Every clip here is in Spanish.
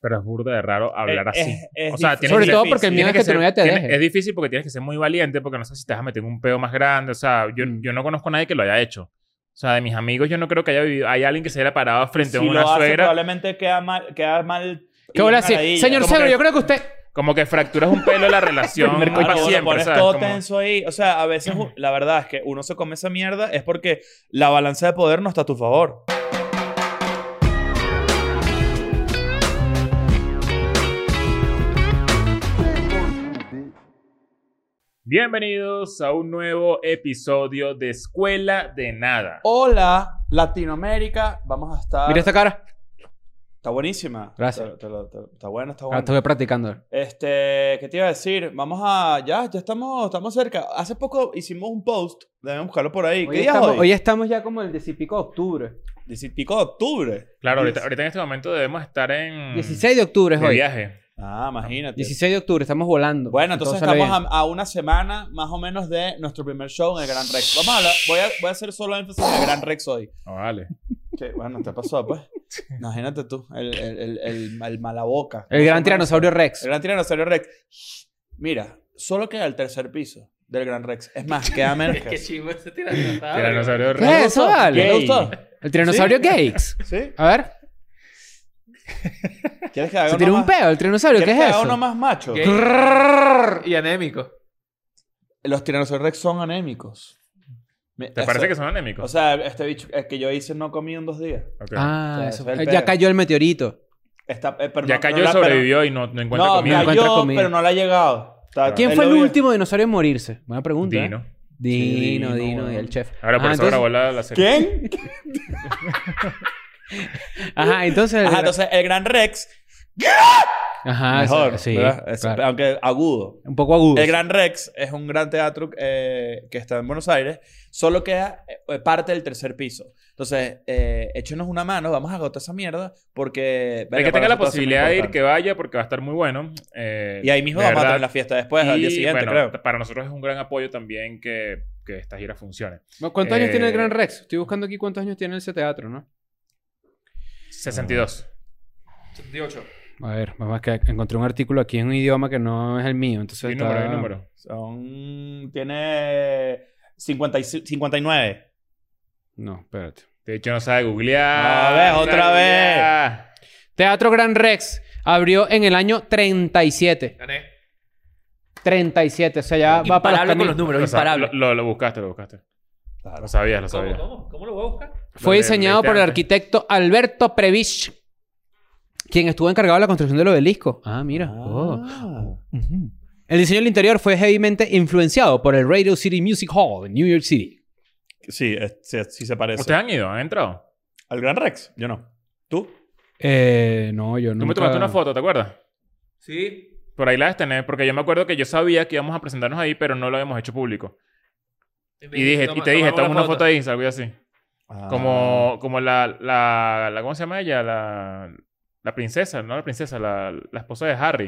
Pero es burda de raro hablar Es- así. Eh, es- es o sea, difícil. tienes Sobre que- todo porque el miedo tienes es que tu ser- novia te tienes- deje. Es difícil porque tienes que ser muy valiente porque no sé si te vas a meter en un pedo más grande. O sea, yo, Mm. yo no conozco a nadie que lo haya hecho. O sea, de mis amigos yo no creo que haya vivido. Hay alguien que se haya parado frente a si una lo hace, suegra. probablemente queda mal. Queda mal ¿Qué voy a decir? Señor como Segro, que- yo creo que usted. Como que fracturas un pelo la relación Primer para Claro, siempre. lo pones ¿sabes? todo Como- tenso ahí. O sea, a veces u- la verdad es que uno se come esa mierda es porque la balanza de poder no está a tu favor. Bienvenidos a un nuevo episodio de Escuela de Nada. Hola, Latinoamérica. Vamos a estar. Mira esta cara. Está buenísima. Gracias. Te- te lo- te- está buena, está Ah, buena. estuve practicando. Este, ¿qué te iba a decir? Vamos a. Ya, ya estamos, estamos cerca. Hace poco hicimos un post. Debemos buscarlo por ahí. ¿Qué día es estamos, hoy? estamos ya como el 10 y pico de octubre. 15 pico de octubre. Claro, ahorita, Diez- ahorita en este momento debemos estar Mm. en. 16 de octubre es de hoy. viaje. Ah, imagínate. 16 de octubre, estamos volando. Bueno, Todo entonces sale estamos bien. a, a una semana más o menos de nuestro primer show en el Gran Rex. Vamos a hablar, voy a, voy a hacer solo énfasis en el Gran Rex hoy. Ah, vale. Que, bueno, te pasó, pues. Imagínate tú, el, el, el, el, el malaboca. El gran tiranosaurio Rex. El Gran Tiranosaurio Rex. Mira, solo queda el tercer piso del Gran Rex. Es más, queda menos. Qué chingo ese Ah, Tiranosaurio tiranosaurio. ¿Qué Rex. es eso, vale? ¿Te gustó? El tiranosaurio Gates. ¿Sí? A ver, ¿Quieres que haga se uno tiró un más? pedo el tiranosaurio. ¿Qué ¿Quieres es que haga uno eso? más macho? ¿Qué? Y anémico. Los Tiranosaurios Rex son anémicos. Me- ¿Te eso- parece que son O anémicos? sea, este bicho el que yo hice no comí en dos días. Ok. Ah, O sea, eso. fue el Eh, pedo. Ya cayó el meteorito. Está, eh, pero ya no- cayó no y la- pero- sobrevivió y no, no encuentra no, comida. no cayó, encuentra comida. pero no le ha llegado. Está- ¿Quién él fue lo el vio. último dinosaurio en morirse? Buena pregunta. ¿eh? Dino. Dino, Sí, Dino, Dino, y weón. el chef. Ahora Ah, por Ajá, eso entonces- grabó la, la serie. ¿Quién? Ajá, entonces. Ajá, entonces el Gran Rex. Ajá, mejor, Ah, sí. ¿verdad? Es- claro. Aunque agudo. Un poco agudo. El Gran Rex es un gran teatro eh, que está en Buenos Aires. Solo queda eh, parte del tercer piso. Entonces, eh, échenos una mano. Vamos a agotar esa mierda porque... El verga, que para tenga la nosotros es muy posibilidad de ir, importante. que vaya, porque va a estar muy bueno. Eh, Y ahí mismo de vamos a verdad. tener la fiesta después, al día Y, siguiente, bueno, creo. Para nosotros es un gran apoyo también que, que esta gira funcione. ¿Cuántos Eh, años tiene el Gran Rex? Estoy buscando aquí cuántos años tiene ese teatro, ¿no? 62. 78. A ver, vamos que encontré un artículo aquí en un idioma que no es el mío, entonces Di está- número, di número. Son... Tiene 50 y ci- 59. No, espérate. De hecho, no sabe googlear. No, ves, no sabe otra vez. googlear. Teatro Gran Rex abrió en el año 37. Gané. 37, o sea, ya va para los Imparable con los caminos. Lo números, sa- imparable. Lo, lo- lo buscaste, lo buscaste. Claro. Lo sabías, lo ¿Cómo, sabías. cómo? ¿Cómo lo voy a buscar? Fue Lo diseñado por el leíste arquitecto Alberto Previch, quien estuvo encargado de la construcción del obelisco. Ah, mira. Oh. Ah. Ujú. El diseño del interior fue heavymente influenciado por el Radio City Music Hall en New York City. Sí, es- sí, sí se antes. parece. ¿Ustedes han ido? ¿Han entrado? ¿Al Gran Rex? Yo no. ¿Tú? Eh, no, yo no. Tú me tomaste una foto, ¿te acuerdas? Sí. Por ahí la debes tener, porque yo me acuerdo que yo sabía que íbamos a presentarnos ahí, pero no lo habíamos hecho público. Y, dije, y te dije, toma una foto ahí, algo así. Ah. Como, como la, la, la- ¿Cómo se llama ella? La, la princesa, no la princesa, la, la esposa de Harry,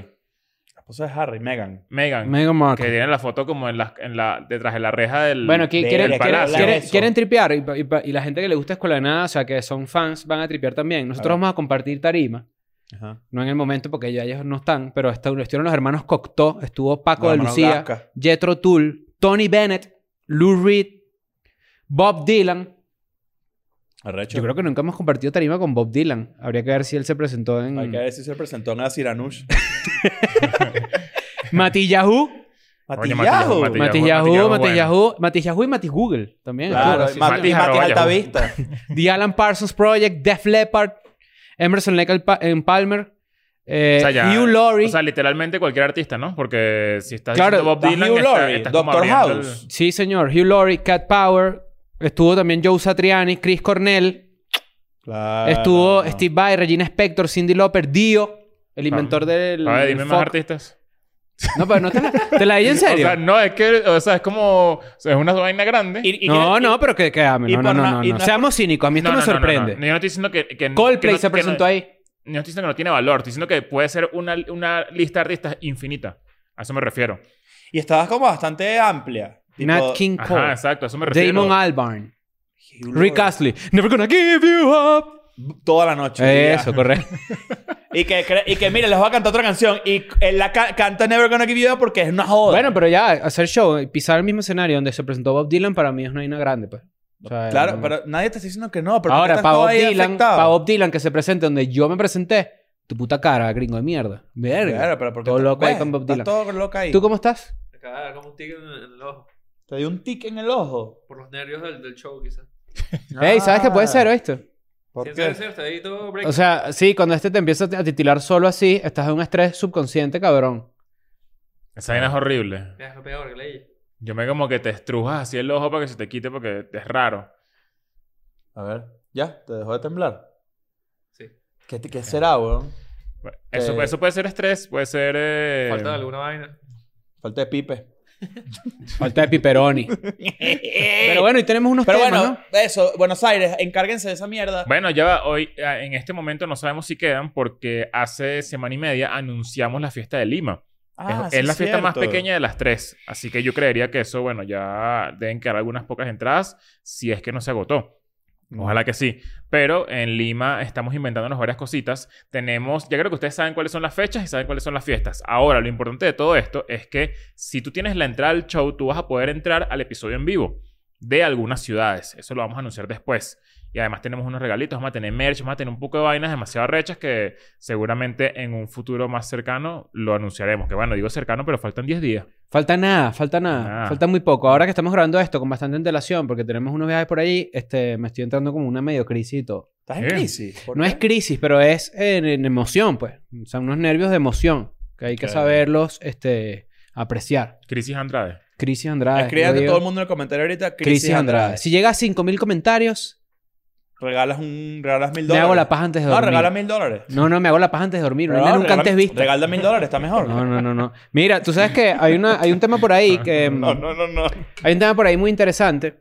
La esposa de Harry, Megan. Meghan. Mega Que tiene la foto como en la, en la, detrás de la reja del. Bueno, aquí Del quieren, quieren, palacio. quieren- Eso. quieren tripear y, pa- y pa- y la gente que le gusta Escuela de Nada, o sea, que son fans, van a tripear también. Nosotros A ver. vamos a compartir tarima. Ajá. No en el momento porque ya ellos no están, pero esta- estuvieron los hermanos Cocteau, estuvo Paco de Vámonos, Lucía, Gasca. Jethro Tull, Tony Bennett, Lou Reed, Bob Dylan. Arrecho. Yo creo que nunca hemos compartido tarima con Bob Dylan. Habría que mm. ver si él se presentó en Hay que ver si se presentó en Siranush. Matillahu, Coño, Matillahu, Matillahu. Matillahu, Matillahu, Matillahu, Matillahu y Matis Google también. Claro, estuvo. y Mati, y Matis Mati arroba Altavista. The Alan Parsons Project, Def Leppard, Emerson Lake Alpa- en Palmer, eh, O sea, ya- Hugh Laurie. O sea, literalmente cualquier artista, ¿no? Porque si estás Claro, diciendo Bob está Dylan, Hugh está- Laurie, estás como Dr. abriendo el- House. sí, señor. Hugh Laurie, Cat Power. Estuvo también Joe Satriani, Chris Cornell. Claro. estuvo Steve Vai, Regina Spector, Cindy Lauper, Dio, el inventor del. Ah. A ver, dime del más folk. artistas. No, pero no te la, te la di en serio. O sea, no, es que, o sea, es como, o sea, es una vaina grande. Y- y- no, y- no, pero que, que ame. y No, no, por no, na- no, y no. no- Seamos cínicos. A mí esto no, me no, no, sorprende. no. Yo no estoy diciendo que... que que Coldplay no- se que no- presentó ahí. no estoy diciendo que no tiene valor, estoy diciendo que puede ser una, una lista de artistas infinita. A eso me refiero. Y estabas como bastante amplia. Tipo, Nat King Ajá, Cole, exacto, a eso me refiero. Damon Albarn, Hugh Rick Laurie. Astley. Never gonna give you up. toda la noche. Eso, correcto. Y que, cre- y que, mire, les voy a cantar otra canción. Y él la ca- canta Never Gonna Give You Up porque es una joda. Bueno, pero ya, hacer show, pisar el mismo escenario donde se presentó Bob Dylan para mí es una vaina grande, pues. O sea, claro, no- pero nadie te está diciendo que no. Pero tú Ahora, estás para todo Bob, ahí Dylan, afectado. pa' Bob Dylan que se presente donde yo me presenté, tu puta cara, gringo de mierda. Verga. Claro, pero porque todo te- loco ahí ves, con Bob estás Dylan. todo loco ahí. ¿Tú cómo estás? Me acaba de dar como un tic en, en el ojo. Te dio un tic en el ojo. Por los nervios del, del show, quizás. Ey, ¿sabes qué puede ser, hoy? oíste? ¿Por Sí, qué? ¿sabes? Sí, está ahí todo break. O sea, sí, cuando este te empieza a titilar solo así, estás en un estrés subconsciente, cabrón. Esa vaina es horrible. Mira, es lo peor que leí. Yo me como que te estrujas así el ojo para que se te quite porque es raro. A ver, ya, te dejó de temblar. Sí. ¿Qué, te- qué será, weón? Eso, Eh. eso puede ser estrés, puede ser... eh, Falta de alguna vaina. Falta de pipe. Falta de piperoni. Pero bueno, y tenemos unos Pero temas, bueno, ¿no? eso, Buenos Aires, encárguense de esa mierda. Bueno, ya va. Hoy, eh, en este momento, no sabemos si quedan porque hace semana y media anunciamos la fiesta de Lima. Ah, es sí, es la fiesta más cierto. pequeña de las tres. Así que yo creería que eso, bueno, ya deben quedar algunas pocas entradas si es que no se agotó. Ojalá que sí. Pero en Lima estamos inventándonos varias cositas. Tenemos, ya creo que ustedes saben cuáles son las fechas y saben cuáles son las fiestas. Ahora, lo importante de todo esto es que si tú tienes la entrada al show, tú vas a poder entrar al episodio en vivo de algunas ciudades. Eso lo vamos a anunciar después. Y además tenemos unos regalitos, vamos a tener merch, vamos a tener un poco de vainas demasiado rechas que seguramente en un futuro más cercano lo anunciaremos. Que bueno, digo cercano, pero faltan 10 días. Falta nada, falta nada, Nada. falta muy poco. Ahora que estamos grabando esto con bastante antelación, porque tenemos unos viajes por ahí, este, me estoy entrando como una medio crisis y todo. ¿Estás en ¿Qué? crisis? ¿Por No qué? es crisis, pero es en, en emoción, pues. O sea, unos nervios de emoción que hay que Claro. saberlos este, apreciar. Crisis Andrade. Crisis Andrade. yo Escríbete digo, todo el mundo en el comentario ahorita. Crisis, Andrade. Si llega a 5.000 comentarios, Regalas un... Regalas mil me dólares. hago la paja antes de No, dormir. regalas mil dólares. No, no, me hago la paja antes de dormir. Una No, vaina nunca regala- antes vista. Regala mil dólares, está mejor. No, no, no, no. Mira, tú sabes que hay, una, hay un tema por ahí que... No, no, no, no. Hay un tema por ahí muy interesante.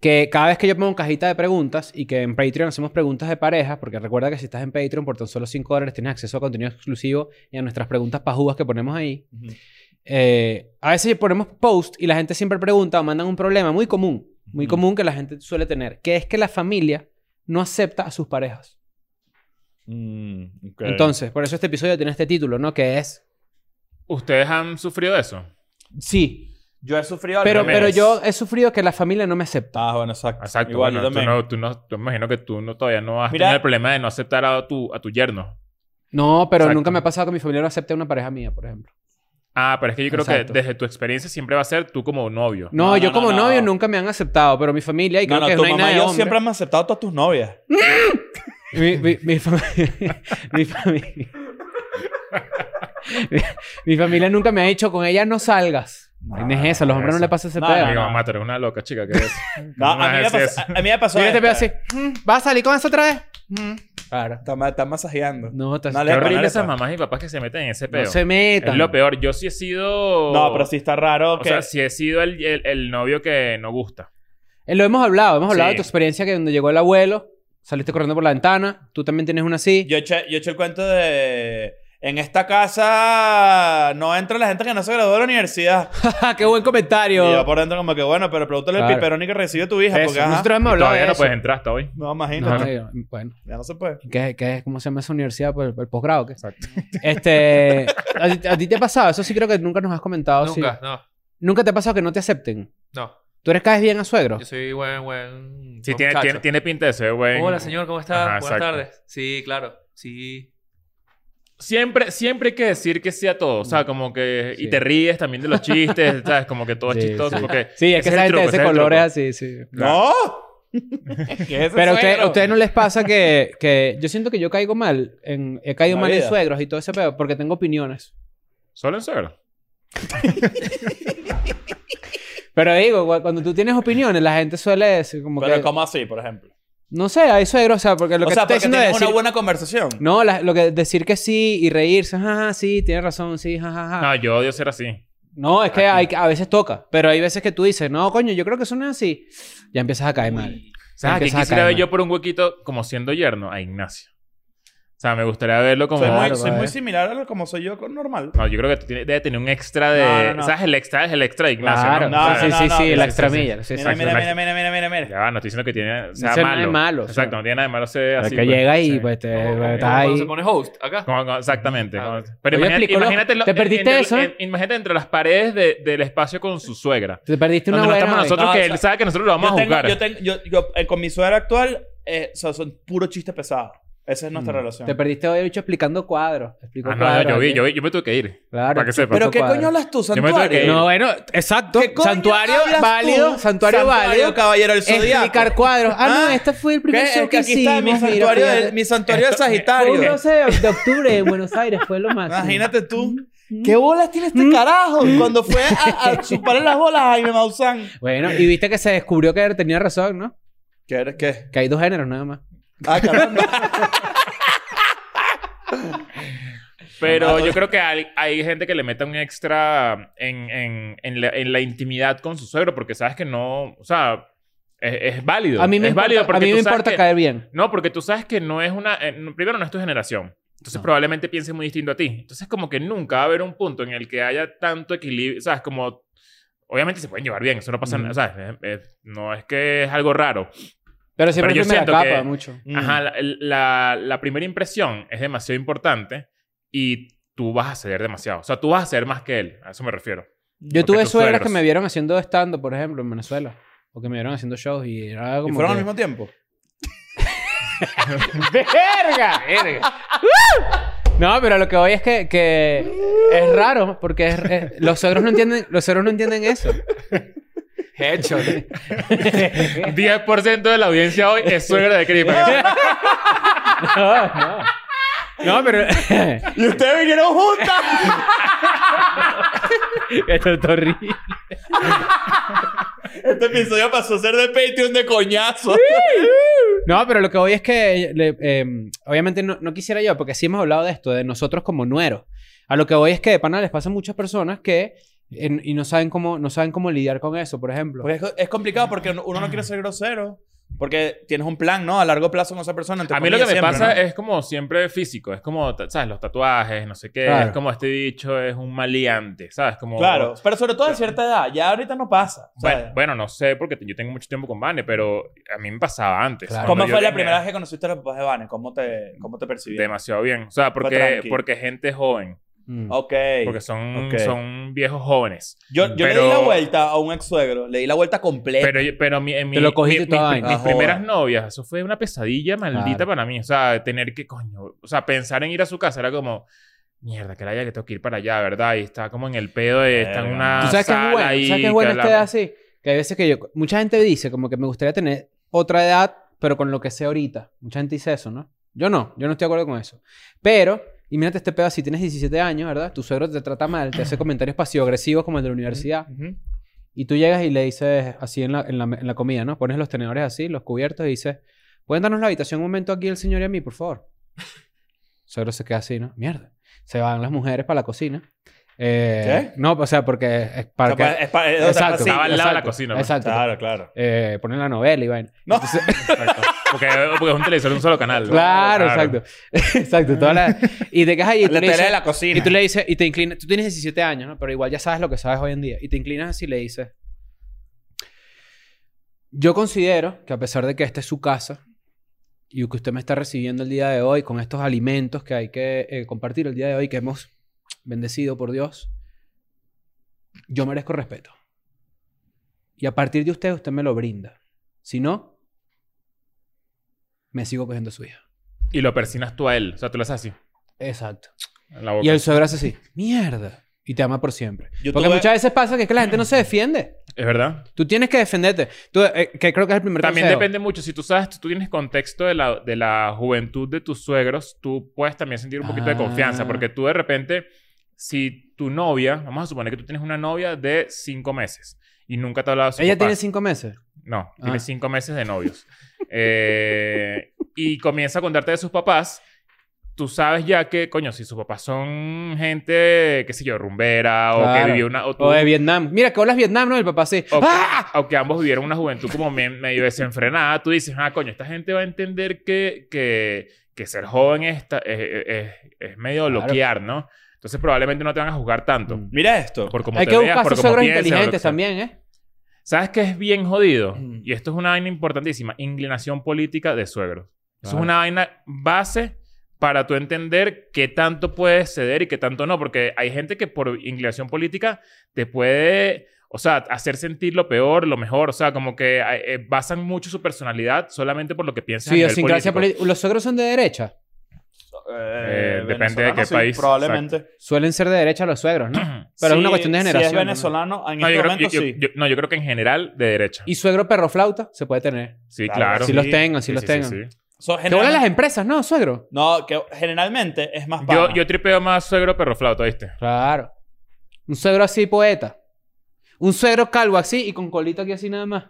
Que cada vez que yo pongo cajita de preguntas y que en Patreon hacemos preguntas de parejas, porque recuerda que si estás en Patreon por tan solo 5 dólares tienes acceso a contenido exclusivo y a nuestras preguntas pajúas que ponemos ahí. Ujú. Eh, a veces ponemos post y la gente siempre pregunta o mandan un problema muy común, muy Ujú. común que la gente suele tener, que es que la familia no acepta a sus parejas. Mm, ok. Entonces, por eso este episodio tiene este título, ¿no? Que es... ¿Ustedes han sufrido eso? Sí. Yo he sufrido al Pero, revés. pero yo he sufrido que la familia no me acepta. Ah, bueno, exacto. Exacto. Igual, bueno, yo tú también. no- tú no- yo me imagino que tú no, todavía no has Mira- tenido el problema de no aceptar a tu, a tu yerno. No, pero Exacto. nunca me ha pasado que mi familia no acepte a una pareja mía, por ejemplo. Ah, pero es que yo creo Exacto. que desde tu experiencia siempre va a ser tú como novio. No, No, yo no, como no, no. novio nunca me han aceptado, pero mi familia y creo No, no, que tu no hay mamá nada y de yo hombre. siempre me han aceptado a todas tus novias. Mi, mi- mi fami- mi familia... mi, mi familia nunca me ha dicho con ella no salgas. No, Vaina es esa, los hombres no eso. le pasa ese No, pedo. Digo, no, no. mamá, tú eres una loca, chica. ¿Qué es? No, a mí, me haces pasó, eso? a mí me pasó Yo te veo así, esta. "Mm, ¿vas a salir con eso otra vez? Mm". Claro. Está, ma- está masajeando. No, No, estás- No le- Qué horrible horrible, esas pa. mamás y papás que se meten en ese no peo. se metan. es lo peor. Yo sí he sido... pero sí está raro O que... sea, sí he sido el, el- el novio que no gusta. Eh, lo hemos hablado, hemos hablado Sí. de tu experiencia que donde llegó el abuelo, saliste corriendo por la ventana, tú también tienes una así. Yo eché, yo eché el cuento de... En esta casa no entra la gente que no se graduó de la universidad. Ah, ¡Qué buen comentario! Y yo por dentro como que, bueno, pero pregúntale al Claro. piperón que recibió tu hija. Eso, Porque, ajá, nosotros hemos Y hablado todavía de no eso. puedes entrar hasta hoy. no, No, imagínate. digo, bueno. Ya no se puede. ¿Qué, qué, ¿Cómo se llama esa universidad? ¿Por, por el posgrado? ¿qué? Este, ¿a, ti- a ti te ha pasado? Eso sí creo que nunca nos has comentado. oh, sí. Nunca, no. ¿Nunca te ha pasado que no te acepten? No. ¿Tú eres caes bien a suegro? Yo soy buen, buen. Sí, buen tiene, muchacho. tiene, tiene pinta de ser, güey. Hola, señor, ¿cómo está? Ajá, Buenas exacto. tardes. Sí, claro. Sí. Siempre, siempre hay que decir que sí a todo. O sea, como que... Sí. Y te ríes también de los chistes, ¿sabes? Como que todo es Sí, chistoso. sí. Porque Sí, es ese que esa el gente de truco, ese ese es el color es truco. así, sí. ¡No! ¿Qué es Pero a usted- a suegro? ustedes no les pasa que, que... Yo siento que yo caigo mal. En, he caído La mal en vida. suegros y todo ese pedo porque tengo opiniones. ¿Solo en suegro? Pero digo, cu- cuando tú tienes opiniones, la gente suele decir como Pero que... ¿cómo así, por ejemplo? No sé, hay suegros, o sea, porque lo o que sea, te porque estoy diciendo tienes es decir... una buena conversación. No, la- lo que decir que sí y reírse, jaja, sí, tienes razón, sí, jajaja. No, yo odio ser así. No, es que Aquí. hay, que- a veces toca, pero hay veces que tú dices, no, coño, yo creo que eso no es así. Ya empiezas a caer mal. ¿Sabes a quién Empiezas a quisiera caer ver mal. yo por un huequito como siendo yerno? A Ignacio. sea, me gustaría verlo como... soy, muy, Claro, eh. soy vale. muy similar a lo como soy yo con normal. No, yo creo que tú tienes- debe tener un extra de... No, no, no. ¿Sabes? El extra es el extra de Ignacio, Claro. ¿no? No, O sea, sí, sí, no, sí, no, la sí, extramilla. Sí, sí. Mira, mira, mira, Exacto. mira, mira, mira, mira. Ya va, no estoy diciendo que tiene... o sea, Eso no es malo. malo, o sea. Exacto, no tiene nada de malo ser El así. que pues. llega y Sí. pues te Como- como estás cuando ahí. Se pone host acá. Como- como- exactamente. Ah, como- ok. Pero Oye, imagínate, explícalo. imagínate lo- ¿Te perdiste entre- eso? en- imagínate entre las paredes de- del espacio con su suegra. Te perdiste una Donde no estamos buena vaina. nosotros, No, que o él sea, sabe que nosotros lo vamos yo a tengo, jugar. yo tengo, yo, yo, eh, con mi suegra actual, eh, o sea, son puro chiste pesado. Esa es nuestra Mm. relación. Te perdiste hoy, bicho, explicando cuadros. Explicó Ah, no, cuadros yo vi, aquí. yo vi, yo me tuve que ir. Claro. Para que sepa. Pero qué cuadro. coño hablas tú, me tuve que ir. santuario. No, bueno, exacto. ¿Qué coño Santuario hablas tú? válido, santuario, válido. caballero del zodiaco. Explicar cuadros. Ah, no, Ah, este fue el ¿Qué? primer show El que que aquí está mi hicimos. mira, santuario, fíjate. del, mi santuario del Esto- Fue Sagitario. un 12 de, de octubre en Buenos Aires, fue lo máximo. Imagínate tú. Mm. ¿Qué bolas tiene este carajo? Cuando fue a, a chuparle las bolas a Jaime Maussan. Bueno, y viste que se descubrió que tenía razón, ¿no? ¿Qué eres qué? Que hay dos géneros nada más. Ah, caramba. Pero yo creo que hay, hay gente que le meta un extra en, en, en, la, en la intimidad con su suegro, porque sabes que no. O sea, e, es, es válido. A mí me es válido importa, a porque mí tú me sabes importa que- caer bien. No, porque tú sabes que no es una. eh, no- primero, no es tu generación. Entonces, No. probablemente pienses muy distinto a ti. Entonces, como que nunca va a haber un punto en el que haya tanto equilibrio. ¿Sabes? Como. Obviamente se pueden llevar bien, eso no pasa Ujú. nada. ¿Sabes? Eh, eh, no es que es algo raro. Pero siempre Pero yo me la siento capa que- mucho. Mm. Ajá, la, la- la primera impresión es demasiado importante y tú vas a ceder demasiado. O sea, tú vas a ceder más que él. A eso me refiero. Yo Porque tuve tus suegras suegros. que me vieron haciendo stand por ejemplo, en Venezuela. O que me vieron haciendo shows y era como. ¿Y fueron al que- mismo tiempo? ¡Verga! No, pero lo que voy es que, que es raro porque es- es- los suegros no entienden, los suegros no entienden eso. Hecho. 10% de la audiencia hoy es suegra de Creeper. No, no. No, pero ¡Y ustedes vinieron juntas! esto es horrible. Este episodio pasó a ser de Patreon de coñazo. No, pero lo que voy es que le- eh, obviamente no, no quisiera yo, porque sí hemos hablado de esto, de nosotros como nueros. A lo que voy es que de pana les pasa a muchas personas que en- y no saben cómo no saben cómo lidiar con eso, por ejemplo. Pues, Porque es, es complicado porque uno no quiere ser grosero. Porque tienes un plan, ¿no? A largo plazo con esa persona. entre A mí lo que comillas, me siempre, pasa ¿no? es como siempre físico. Es como, ta- ¿sabes? Los tatuajes, no sé qué. Claro. Es como este bicho es un maleante, ¿sabes? Como, Claro. Pero sobre todo a cierta edad. Ya ahorita no pasa. ¿sabes? Bueno, bueno, no sé porque yo tengo mucho tiempo con Vane, pero a mí me pasaba antes. Claro. Cuando ¿Cómo yo fue la tenía- primera vez que conociste a los papás de Vane? ¿Cómo te, cómo te percibieron? Demasiado bien. O sea, porque, tranqui. porque gente joven. Mm. oh, Ok. Porque son, Ok. son viejos jóvenes. Yo, yo le Pero- di la vuelta a un ex suegro. Le di la vuelta completa. Pero, yo- pero mi, en mi- Eh, Te lo cogiste mi- toda mis- vaina. mis Ah, primeras joda. novias, eso fue una pesadilla maldita Claro. para mí. O sea, tener que, coño, o sea, pensar en ir a su casa era como, mierda, que la haya que tengo que ir para allá, ¿verdad? Y está como en el pedo de, está en Verga, una ¿Tú sabes qué sala es bueno? ¿Tú ahí, sabes qué es que bueno este esta la- edad así? Que hay veces que yo... Mucha gente dice como que me gustaría tener otra edad, pero con lo que sé ahorita. Mucha gente dice eso, ¿no? Yo no. Yo no estoy de acuerdo con eso. Pero... Y mírate este pedo, si tienes 17 años, ¿verdad? Tu suegro te trata mal, te hace comentarios pasivo-agresivos como el de la universidad. Ujú. Y tú llegas y le dices así en la, en la, en la comida, ¿no? Pones los tenedores así, los cubiertos y dices, ¿pueden darnos la habitación un momento aquí el señor y a mí, por favor? Solo se queda así, ¿no? Mierda. Se van las mujeres para la cocina. Eh, ¿Qué? No, o sea, porque... es Para O sea, que- pues, es pa- es otra Exacto. cosa así. Estaba al lado de la cocina. pues. ¿no? Exacto. Claro, claro. Eh, poner la novela y vaina. No. Entonces- Exacto. Porque, porque es un televisor de un solo canal. ¿no? claro, exacto. exacto. toda la- y te quedas ahí y tú, La le tele de dices, la cocina. y tú le dices, y te inclinas, tú tienes 17 años, ¿no? Pero igual ya sabes lo que sabes hoy en día. Y te inclinas así y le dices, yo considero que a pesar de que esta es su casa y que usted me está recibiendo el día de hoy con estos alimentos que hay que eh, compartir el día de hoy, que hemos bendecido por Dios, yo merezco respeto. Y a partir de usted, usted me lo brinda. Si no, me sigo cogiendo a su hija. Y lo persinas tú a él. O sea, tú lo haces así. Exacto. En la boca. Y el suegro hace así, mierda. Y te ama por siempre. Yo Porque tuve- muchas veces pasa que es que la gente no se defiende. Es verdad. Tú tienes que defenderte. Tú, eh, que creo que es el primer También consejo. depende mucho. Si tú sabes, tú tienes contexto de la, de la juventud de tus suegros, tú puedes también sentir un poquito de Ah. confianza. Porque tú de repente, si tu novia, vamos a suponer que tú tienes una novia de cinco meses y nunca te ha hablado de su Ella papá. tiene cinco meses. No, Ah. tiene cinco meses de novios. Eh, y comienza a contarte de sus papás. Tú sabes ya que, coño, si sus papás son gente, qué sé yo, rumbera o que Claro. vivió una... O, tú- O de Vietnam. Mira, que hablas Vietnam, ¿no? El papá sí. o que- ¡Ah! o que ambos vivieron una juventud como me- medio desenfrenada, tú dices, ah, coño, esta gente va a entender que, que, que ser joven esta es, es, es medio Claro. bloquear, ¿no? Entonces probablemente no te van a juzgar tanto. Mm. Mira esto. Por cómo Hay te que veas, buscar por sus cómo suegros piensas, lo que inteligentes sea. también, ¿eh? ¿Sabes qué es bien jodido? Mm. Y esto es una vaina importantísima. Inclinación política de suegros. Eso Claro. es una vaina base para tú entender qué tanto puedes ceder y qué tanto no. Porque hay gente que por inclinación política te puede... O sea, hacer sentir lo peor, lo mejor. O sea, como que eh, eh, basan mucho su personalidad solamente por lo que piensas. a Sí, nivel idiosincrasia político. política. Los suegros son de derecha. Eh, depende de venezolano, qué sí, país, Probablemente. Suelen ser de derecha los suegros, ¿no? Pero es Sí, una cuestión de generación. Si es también. venezolano, en No este yo, creo, momento yo- yo- sí. yo- no, yo creo que en general de derecha. Y suegro perro flauta se puede tener. Sí, Claro, claro. sí, Si los tengan, si Sí, los sí, sí, tengan. sí. Son Te vuelan las generalmente- empresas, ¿no, suegro? No, que generalmente es más Yo, pana. yo tripeo más suegro perro flauta, ¿viste? Claro. Un suegro así, poeta. Un suegro calvo así y con colita aquí así nada más.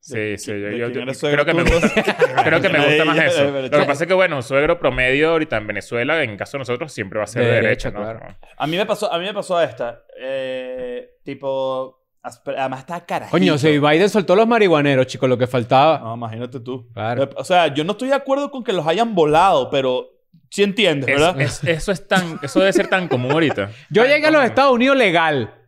Sí, sí, yo, ¿De yo- quién yo eres creo suegro que me tú? gusta, creo que me gusta más Ella, eso. pero Lo que che. pasa es que, bueno, un suegro promedio ahorita en Venezuela, en caso de nosotros, siempre va a ser De de derecha, derecha, ¿no? claro. A mí me pasó, a mí me pasó esta. Eh, tipo, as- además está carajito. Coño, si Biden soltó los marihuaneros, chico, lo que faltaba. No, imagínate tú. Claro. O sea, yo no estoy de acuerdo con que los hayan volado, pero sí entiendes, Es- ¿verdad? es- eso, es tan, eso debe ser tan común ahorita. Yo llegué a los ah. Coño. Estados Unidos legal.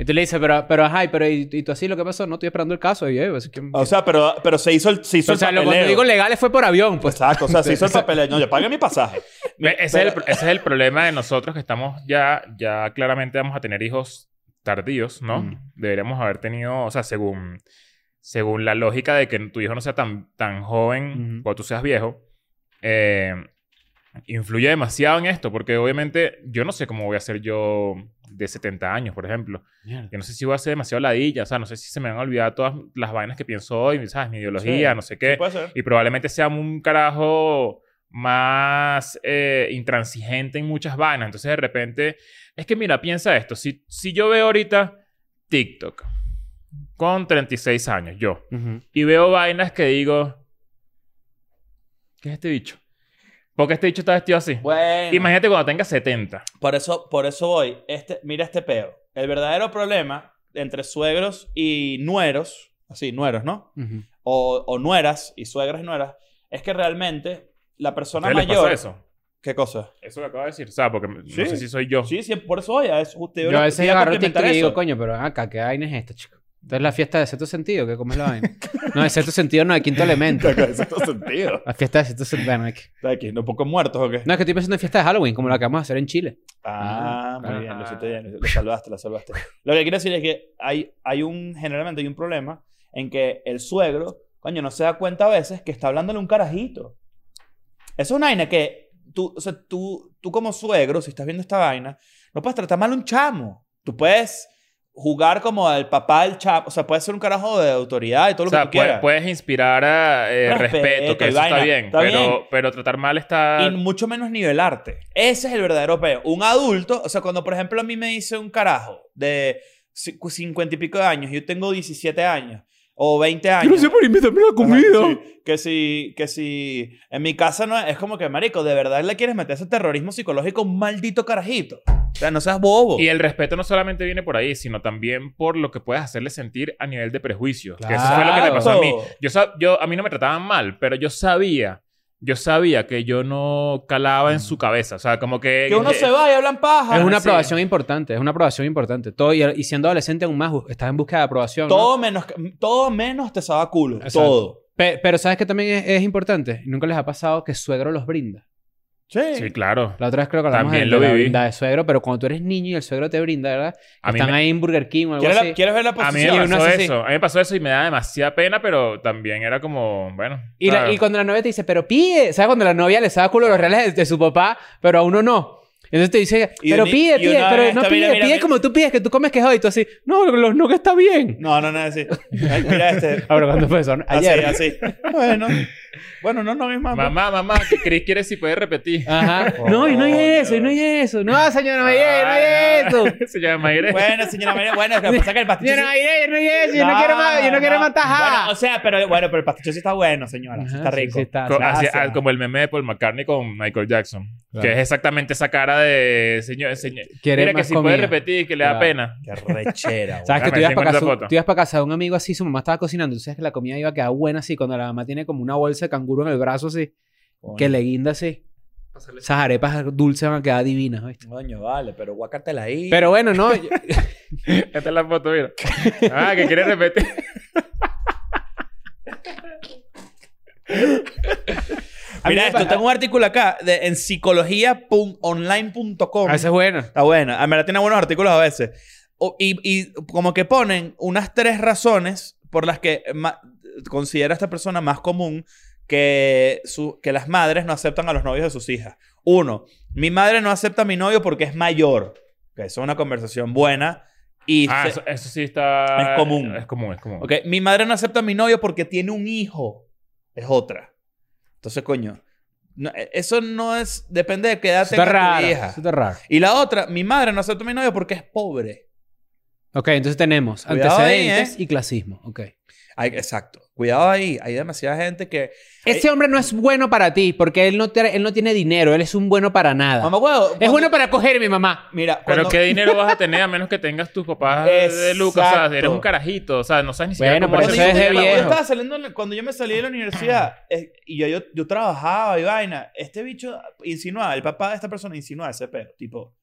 Y tú le dices, pero, pero ajá, y- pero ¿y, y tú así lo que pasó? No estoy esperando el caso. Y, eh, pues, que- O sea, pero, pero se hizo el, se hizo o Ah, sea, el lo, cuando papeleo. digo legales fue por avión, pues. Exacto, o sea, se hizo el papeleo. No, yo pagué mi pasaje. Ve, Ese, es el, Pero- pro- ese es el problema de nosotros que estamos ya, ya claramente vamos a tener hijos tardíos, ¿no? Mm. Deberíamos haber tenido, o sea, según, según la lógica de que tu hijo no sea tan, tan joven Ujú. cuando tú seas viejo, eh, influye demasiado en esto, porque obviamente yo no sé cómo voy a ser yo de 70 años, por ejemplo. Yo no sé si voy a ser demasiado ladilla, o sea, no sé si se me van a olvidar todas las vainas que pienso hoy, ¿sabes? Mi ideología, Sí. no sé qué. Puede ser. Y probablemente sea un carajo más eh, intransigente en muchas vainas. Entonces, de repente, es que mira, piensa esto. Si, si yo veo ahorita TikTok con 36 años, yo, Ujú. y veo vainas que digo, ¿qué es este bicho? ¿Por qué este bicho está vestido así? Bueno. Imagínate cuando tenga 70. Por eso, por eso voy. Este, mira este peo. El verdadero problema entre suegros y nueros, así, nueros, ¿no? Ujú. O, o nueras y suegras y nueras, es que realmente la persona ¿Qué les mayor. pasa eso? ¿Qué cosa? Eso que acabo de decir. O sea, porque Sí. no sé si soy yo. Sí, sí, por eso voy a eso. Te iba- Yo a te veces iba agarro complementar TikTok y digo, eso. coño, pero acá, ¿qué vaina es esta, chico? Entonces la fiesta de sexto sentido, ¿qué cómo es la vaina? No, de sexto sentido no, de quinto elemento. Eso tiene sentido. La fiesta de sexto sentido. bueno, es que- Está aquí, ¿no? Pocos muertos o qué? No, es que estoy pensando en fiesta de Halloween, como la que vamos a hacer en Chile. Ah, Ajá. muy bien, lo hiciste bien, lo salvaste, lo salvaste. Lo que quiero decir es que hay, hay un, generalmente hay un problema en que el suegro, coño, no se da cuenta a veces que está hablándole un carajito. Eso es una vaina que tú, o sea, tú, tú como suegro, si estás viendo esta vaina, no puedes tratar mal a un chamo. Tú puedes jugar como el papá del chamo, o sea, puedes ser un carajo de autoridad y O todo lo que sea, tú puede- quieras. puedes inspirar a, eh, Respeto, respeto, que y eso está vaina. bien. Está pero, bien. pero tratar mal está... Y mucho menos nivelarte. Ese es el verdadero peo. Un adulto, o sea, cuando por ejemplo a mí me dice un carajo de cincu- cincuenta y pico de años, yo tengo 17 años o 20 años. por invitarme la Ajá, sí. Que si, que si en mi casa no es como que, marico, de verdad le quieres meter ese terrorismo psicológico a un maldito carajito. O sea, no seas bobo. Y el respeto no solamente viene por ahí, sino también por lo que puedes hacerle sentir a nivel de prejuicio. Que eso fue lo que me pasó a mí. Claro. Yo, sab- yo, a mí no me trataban mal, pero yo sabía, yo sabía que yo no calaba en su cabeza. O sea, como que... Mm. eh, Que uno se va y hablan paja. Es una Ah, Sí. aprobación importante, es una aprobación importante. Todo, y, y siendo adolescente aún más, bu- estás en búsqueda de aprobación. ¿no? Todo menos, todo menos te sabe a culo. Exacto. Todo. Pe- pero ¿sabes que también es, es importante? Nunca les ha pasado que suegro los brinda. Sí. Sí, claro. La otra vez creo que hablamos También de, lo de la viví. brinda de suegro, pero cuando tú eres niño y el suegro te brinda, ¿verdad? A mí Están me- ahí en Burger King o algo ¿Quieres, la- así. quieres ver la A mí posición? me uno pasó hace así. eso. A mí me pasó eso y me da demasiada pena, pero también era como... Bueno. Y, la- claro. y cuando la novia te dice, pero pide, ¿sabes? Cuando la novia le saca culo a los reales de, de su papá, pero a uno no. Entonces te dice, Y pero uni- pide, y pide, una pero vez no esta- mira, pide, mira, pide mira. como tú pides, que tú comes que y tú así, no, los no que está bien. No, no, no, así. Ay, Mira este. Ahora, cuando fue eso? Ayer. Así, así. Bueno. Bueno, no, no, mi mamá. Mamá, mamá, que Chris quiere si puede repetir. Ajá. No, y no hay eso, y no hay eso. No, señora Ay, Mayer, no hay eso. Señora Ah, Mayre. Bueno, señora María, bueno, lo que pasa es que el pasticho... Señora sí- Mayer, no hay eso. Yo no quiero más, yo no quiero más tajada. Bueno, o sea, pero bueno, pero el pasticho sí está bueno, señora. Sí Ajá, está rico. sí, está, Co- Gracias. hacia- ah, como el meme de Paul McCartney con Michael Jackson. Claro. Que es exactamente esa cara de señor. señor Quiere mira que más si comida. puede repetir, que le Claro. da pena. Qué rechera, güey. ¿Sabes Déjame que tú ibas, ver si para encuentro casa, la foto. tú ibas para casa de un amigo así, su mamá estaba cocinando, tú sabes que la comida iba a quedar buena así, cuando la mamá tiene como una bolsa de canguro en el brazo así, Que le guinda así. Pasarle- Esas arepas dulces van a quedar divinas, ¿oíste? Coño, vale, pero guácatela ahí. Pero bueno, no. yo- Esta es la foto, mira. Ah, que quiere repetir. a mí Mira me esto, pa- tengo un artículo acá de, en psicología.online.com. Ah, esa es buena. Está buena. En verdad tiene buenos artículos a veces. O- y, y como que ponen unas tres razones por las que ma- considera esta persona más común que, su- que las madres no aceptan a los novios de sus hijas. Uno, mi madre no acepta a mi novio porque es mayor. Que eso es una conversación buena. Y Ah, se- eso, eso sí está. Es común. Es común, es común. Ok, mi madre no acepta a mi novio porque tiene un hijo. Es otra. Entonces, coño. no- e, eso no es. Depende de qué edad Eso está tenga tu raro. hija. Eso está raro. Y la otra, mi madre no acepta a mi novio porque es pobre. Ok, entonces tenemos Cuidado ahí, antecedentes y clasismo. Ok. Ay, exacto. Cuidado ahí. Hay demasiada gente que. Ese hombre no es bueno para ti porque él no, te- él no tiene dinero. Él es un bueno para nada. Mamá, huevo. Ah. es bueno para coger mi mamá. Mira, Pero cuando- qué dinero vas a tener a menos que tengas tus papás de- de lucas. O sea, Exacto. eres un carajito. O sea, no sabes ni siquiera Bueno, cómo pero Cuando eres yo, eso es de cuando yo viejo. estaba saliendo, en la- cuando yo me salí de la universidad Ah. eh, y yo, yo, yo trabajaba y vaina, este bicho insinuaba, el papá de esta persona insinuaba ese pedo, tipo,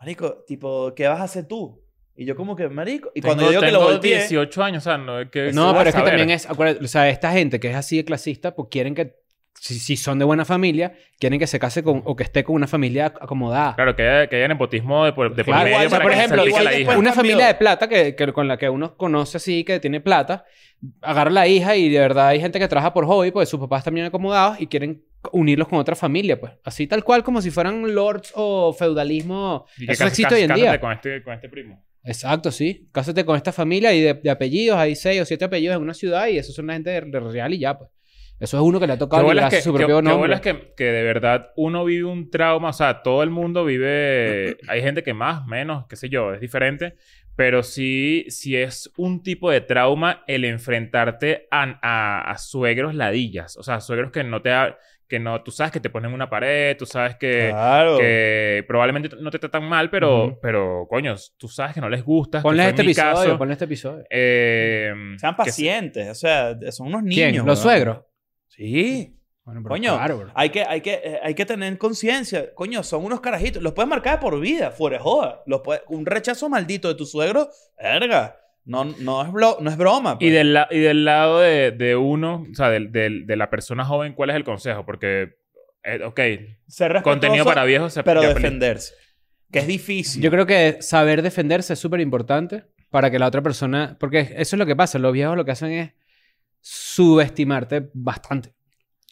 marico, tipo, ¿qué vas a hacer tú? Y yo como que, marico, y cuando yo digo que lo tengo volteé, 18 años, o sea, no es que. No, vas pero a es que saber. también es. acuérdate, o sea, esta gente que es así de clasista, pues quieren que. Si, si son de buena familia, quieren que se case con o que esté con una familia ac- acomodada. Claro, que haya, que haya nepotismo de por, de por Claro. medio Igual, o sea, para por que ejemplo, se salpique igual la después- hija. Una cambió. familia de plata que, que- con la que uno conoce así, que tiene plata, agarra la hija y de verdad hay gente que trabaja por hobby, pues sus papás también acomodados y quieren unirlos con otra familia, pues. Así tal cual como si fueran lords o feudalismo. Y que Eso cas- existe hoy en cásate día. Con este, con este primo. Exacto, sí. Cásate con esta familia y de, de apellidos, hay seis o siete apellidos en una ciudad y esos son la gente de, de real y ya, pues. Eso es uno que le ha Qué tocado y le bolas hace que, su qué- propio qué nombre. bolas que, que de verdad uno vive un trauma. O sea, todo el mundo vive. Hay gente que más, menos, qué sé yo, es diferente. Pero sí, sí es un tipo de trauma el enfrentarte a, a- a suegros ladillas. O sea, suegros que no te. ha- Que no, tú sabes que te ponen una pared, tú sabes que. claro, que probablemente no te tratan mal, pero, Ujú. pero coño, tú sabes que no les gusta. Ponles este episodio, episodio. ponle este episodio. Em, sean pacientes, o sea, son unos niños. ¿Quién? ¿Los weón. suegros? Sí. Bueno, Coño, claro, bro. Ah, Hay que, hay que, eh, hay que tener conciencia. Coño, son unos carajitos. Los puedes marcar de por vida, fuera de joda. Los puedes- un rechazo maldito de tu suegro, verga. No, no, es, blo- no es broma. pues. Y del, la- y del lado de, de uno, o sea, del- del- de la persona joven, ¿cuál es el consejo? Porque, eh, ok, Ser respetuoso, contenido para viejos se Pero ya peli- defenderse. Que es difícil. Yo creo que saber defenderse es súper importante para que la otra persona. Porque eso es lo que pasa. Los viejos lo que hacen es subestimarte bastante.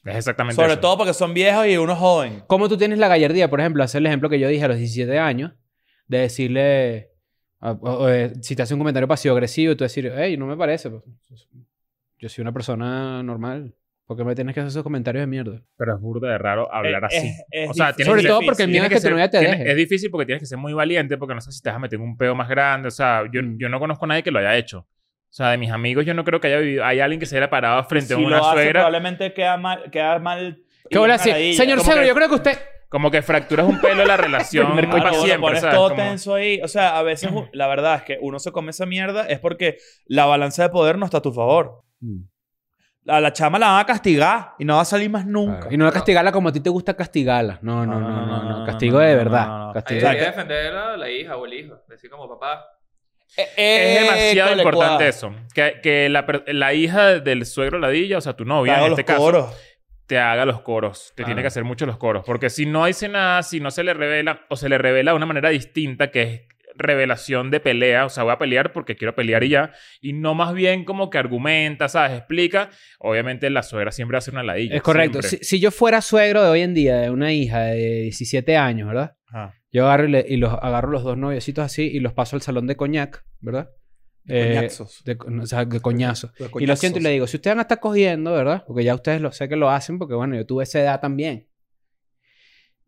Es exactamente Sobre eso. todo porque son viejos y uno es joven. Como tú tienes la gallardía, por ejemplo, hacer el ejemplo que yo dije a los 17 años, de decirle. a- o- o, eh, si te hace un comentario pasivo-agresivo y tú decir, hey, no me parece. pues, Yo soy una persona normal. ¿Por qué me tienes que hacer esos comentarios de mierda? Pero es burda de raro hablar Es- así. es- es o sea, difícil. tienes Sobre que- todo porque el miedo tienes es que, tu ser- novia te tienes- deje. Es difícil porque tienes que ser muy valiente porque no sé si te vas a meter en un pedo más grande. O sea, yo, Mm. yo no conozco a nadie que lo haya hecho. O sea, de mis amigos yo no creo que haya vivido... Hay alguien que se haya parado frente a Si una lo hace, suegra. probablemente queda mal. Queda mal ¿Qué voy a decir? Señor como Segro, que- yo creo que usted. Como que fracturas un pelo la relación Primer para Claro, siempre. uno pones ¿sabes? todo Como- tenso ahí. O sea, a veces u- la verdad es que uno se come esa mierda es porque la balanza de poder no está a tu favor. A la chama la van a castigar y no va a salir más nunca. Y no castigarla como a ti te gusta castigarla. No, no, no, no, no. Castigo no, de no, verdad. no, no. Ahí Castigo sea, debería que- defender a la hija o el hijo. Decir como papá. Eh, Eh, Es demasiado importante eso. Que, que la, per- la hija del suegro ladilla, o sea, tu Te novia hago en los este caso, coros. te haga los coros. Te tiene que hacer mucho los coros. Porque si no dice nada, si no se le revela, o se le revela de una manera distinta, que es revelación de pelea, o sea, voy a pelear porque quiero pelear y ya, y no más bien como que argumenta, ¿sabes? Explica. Obviamente la suegra siempre hace una ladilla. Es correcto. siempre. Si, si yo fuera suegro de hoy en día de una hija de 17 años, ¿verdad? Ajá. Yo agarro y, le- y los agarro los dos noviecitos así y los paso al salón de coñac, ¿verdad? Eh, Coñazos. de co- no, o sea, de coñazo. Los Y lo siento y le digo, si ustedes van a estar cogiendo, ¿verdad? Porque ya ustedes lo sé que lo hacen, porque bueno, yo tuve esa edad también.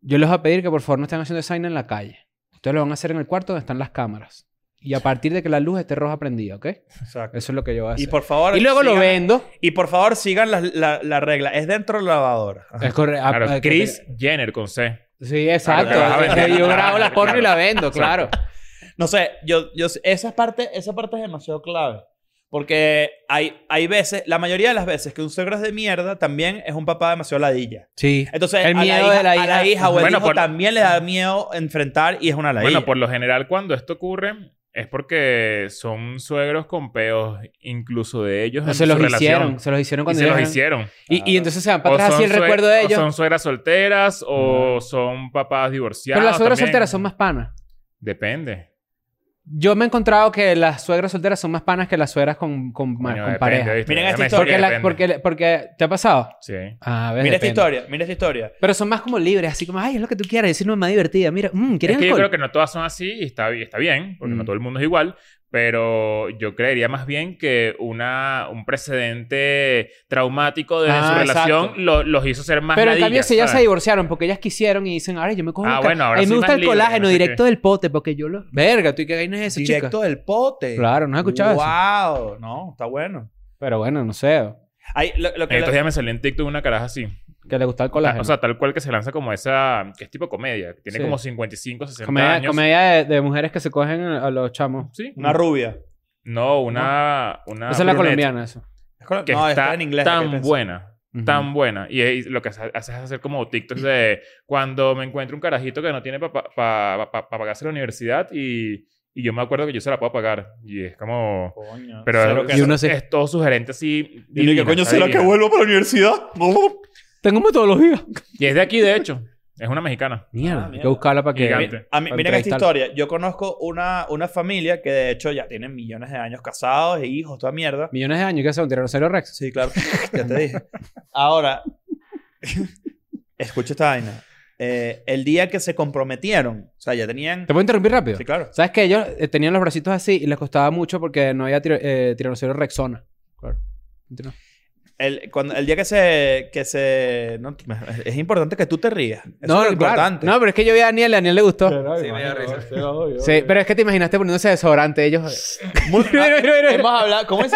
Yo les voy a pedir que por favor no estén haciendo esa vaina en la calle. Ustedes lo van a hacer en el cuarto donde están las cámaras. Y a partir de que la luz esté roja prendida, ¿ok? Exacto. Eso es lo que yo voy a hacer. Y por favor. Y luego lo sigan- vendo. Y por favor, sigan la, la- la regla. Es dentro de la lavadora. Ajá. Es correcto. Ah, Claro, ah, que Chris Jenner con C. te- Sí, exacto. Claro, claro, Yo- claro, yo claro, grabo la claro, porno y la vendo, exacto. claro. No sé, yo, yo, esa, parte, esa parte es demasiado clave. Porque hay, hay veces, la mayoría de las veces que un suegro es de mierda también es un papá demasiado ladilla. Sí. Entonces, El a, miedo la hija, de la a la hija. hija o el Bueno, hijo por- también le da miedo enfrentar y es una ladilla. Bueno, por lo general, cuando esto ocurre, es porque son suegros con peos, incluso de ellos. No, en se su los relación. hicieron. Se los hicieron Y cuando se los eran- hicieron. Y, y entonces se van para O atrás así el son sue- recuerdo de o ellos. son suegras solteras o son papás divorciados. Pero las suegras también. solteras son más panas. Depende. Yo me he encontrado que las suegras solteras son más panas que las suegras con, con, ma- Coño, con depende, pareja. ¿viste? Miren esta Déjame historia. Porque, decir la- que depende. porque, porque te ha pasado. Sí. Ah, a ver, mira esta depende. historia, mira esta historia. Pero son más como libres, así como, ay, es lo que tú quieras, es una más divertida. Mira, mmm, Es ¿quieres que yo alcohol? creo que no todas son así y está, y está bien, porque Mm. no todo el mundo es igual, pero yo creería más bien que una, un precedente traumático de Ah, su exacto. relación lo- los hizo ser más Pero en ladillas, cambio, si ellas se ¿sabes? divorciaron porque ellas quisieron y dicen, ahora yo me cojo. Ah, un ca- bueno, ahora a mí me soy gusta más el libre, colágeno no sé directo del pote porque yo lo. Verga, tú y qué vaina es eso, Directo chica. del pote. Claro, no has escuchado eso. Wow, no, está bueno. Pero bueno, no sé. Hay, lo, lo En que estos días me salió en TikTok una caraja así. Que le gusta el Ta- colágeno. O sea, tal cual que se lanza como esa... Que es tipo comedia. que Tiene Sí. como 55, 60 comedia años. comedia de, de mujeres que se cogen a a los chamos. Sí. una rubia. No, una... una Esa es la Ah, brunette colombiana, eso. Es col- Que no, está en inglés. ¿qué tan piensas? buena. Ujú. tan buena. Y, y lo que hace hace es hacer como TikToks de cuando me encuentro un carajito que no tiene para pagarse la universidad y, y yo me acuerdo que yo se la puedo pagar. Y es como... Coño. Pero que es, Y uno se- es todo sugerente así. Y yo digo, divina, coño, está ¿será que divina. vuelvo para la universidad? Tengo metodología. Y es de aquí, de hecho. Es una mexicana. Mierda, hay que mierda. buscarla para que. Ah, Gigante. A mí, Para miren esta entrevistar. historia. Yo conozco una, una familia que de hecho ya tienen millones de años casados e hijos, toda mierda. Millones de años, ¿qué son? ¿Tiranosaurio Rex? Sí, claro. ya te dije. Ahora, escucha esta vaina. Eh, el día que se comprometieron, o sea, ya tenían... ¿Te puedo interrumpir rápido? Sí, claro. ¿Sabes que ellos eh, tenían los bracitos así y les costaba mucho porque no había tiro- eh, tiranosaurio rexona? Claro. El, cuando, el día que se... Que se no, es importante que tú te rías. Eso es lo importante. No, pero es que yo vi a Daniel, a Daniel le gustó. Sí, me da risa. Sí, pero es que te imaginaste poniéndose desodorante ellos. Muy- Mira, mira, mira. Hemos hablado... ¿Cómo es?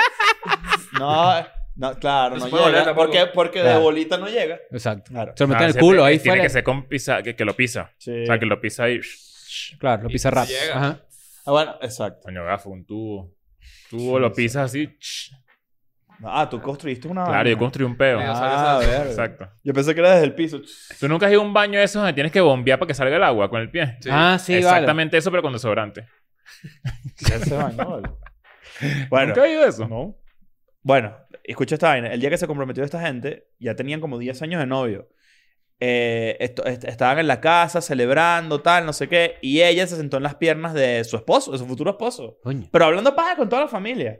No, no claro, No no, se puede llega. hablar tampoco. porque porque de Claro. bolita no llega. Exacto. Claro. Se lo meten Ah, en el se- culo, ahí Tiene fuera. que ser con pisa, que, que lo pisa. Sí. O sea, que lo pisa y... Claro, lo Y pisa se rap. llega. Ajá. Ah, bueno, exacto. Coño, gafo, un tubo. Tubo, lo pisas así. Ah, tú construiste una... Claro, yo construí un peo. Ah, Ah, a ver. Exacto. Yo pensé que era desde el piso. ¿Tú nunca has ido a un baño de esos donde tienes que bombear para que salga el agua con el pie? Sí. Ah, sí, vale. Exactamente eso, pero con desodorante. Bueno, ¿Nunca has ido a eso? no. Bueno, escucha esta vaina. El día que se comprometió esta gente, ya tenían como 10 años de novio. Eh, esto- est- estaban en la casa celebrando, tal, no sé qué. Y ella se sentó en las piernas de su esposo, de su futuro esposo. Coño. Pero hablando paja con toda la familia.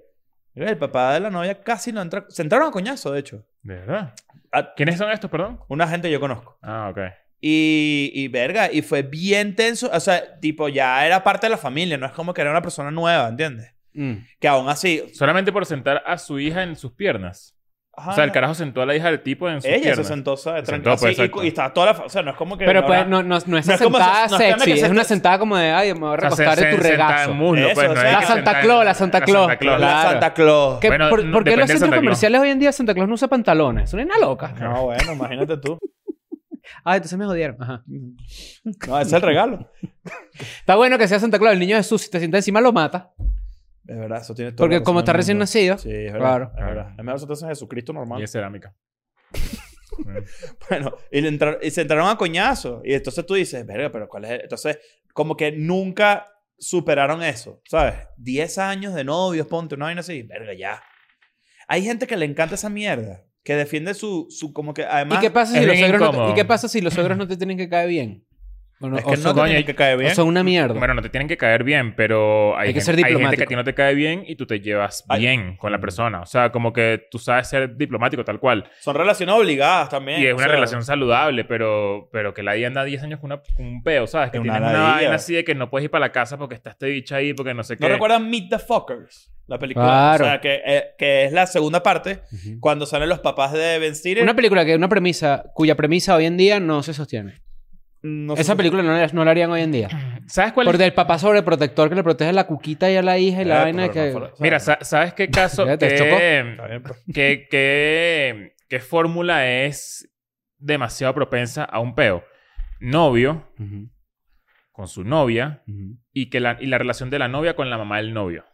Mira, El papá de la novia casi no entra. Se entraron a coñazo, de hecho. ¿De verdad? Ah. ¿Quiénes son estos, perdón? Una gente que yo conozco. Ah, ok. Y, y verga, y fue bien tenso. O sea, tipo, ya era parte de la familia. No es como que era una persona nueva, ¿entiendes? Mm. Que aún así. Solamente por sentar a su hija en sus piernas. ajá, o sea, el carajo sentó a la hija del tipo en sus Ah. Ella se piernas. sentó, ¿sabes? Se Tran- sentó, así, pues, y- exacto. y, estaba toda la... fa- O sea, no es como que... Pero no pues era- no, no, no es No una es como sentada se- no es que me- sexy, que se- es una sentada como de, ay, me voy a O sea, se- recostar en tu se- sentada en regazo. muslo, Eso, pues, no o sea, es la que Santa sentada en- Claus, la Santa Claus. La Claro. Santa Claus. ¿Qué- Bueno, por, no, por qué los depende del centros Santa Claus. comerciales hoy en día Santa Claus no usa pantalones? Son una loca. No, bueno, imagínate tú. Ah, entonces me jodieron. Ajá. No, ese es el regalo. Está bueno que sea Santa Claus. El niño Jesús, si te sienta encima, lo mata. Es verdad, eso tiene todo Porque como está recién nacido. Sí, es verdad. Claro. Es verdad. Es mejor sentarse en Jesucristo normal. Y es cerámica. Bueno. Bueno, y, le entraron, y se entraron a coñazo. Y entonces tú dices, verga, pero ¿cuál es? el-?" Entonces, como que nunca superaron eso, ¿sabes? 10 años de novios, ponte una vaina así. Verga, ya. Hay gente que le encanta esa mierda. Que defiende su... su como que además... ¿Y qué, pasa si es los bien suegros no te- incómodo. ¿Y qué pasa si los suegros no te tienen que caer bien? O no- Es o que no son, te coño, tiene que caer o bien. son una mierda. Bueno, no te tienen que caer bien, pero hay, Hay que gente, ser hay gente que diplomático. a ti no te cae bien y tú te llevas Ay. bien con la persona. O sea, como que tú sabes ser diplomático tal cual. Son relaciones obligadas también. Y es o una sea, relación saludable, pero, pero que la día anda 10 años con, una- con un peo, ¿sabes? Que Es tienes una una ladilla. vaina así de que no puedes ir para la casa porque está este bicho ahí, porque no sé qué. ¿No recuerdan Meet the Fuckers? La película. Claro. O sea, que, eh, que es la segunda parte Ujú. cuando salen los papás de Ben Stiller. Una película que una premisa cuya premisa hoy en día no se sostiene. No sé Esa si- película no, la- no la harían hoy en día. ¿Sabes cuál Por del papá sobreprotector que le protege a la cuquita y a la hija y la Eh, vaina pero que. no fue- Mira, o sea, sa- ¿sabes qué caso? Fíjate, qué, está bien, pues. qué, qué- qué fórmula es demasiado propensa a un peo? Novio Ujú, con su novia ujú. y, que la, y la relación de la novia con la mamá del novio.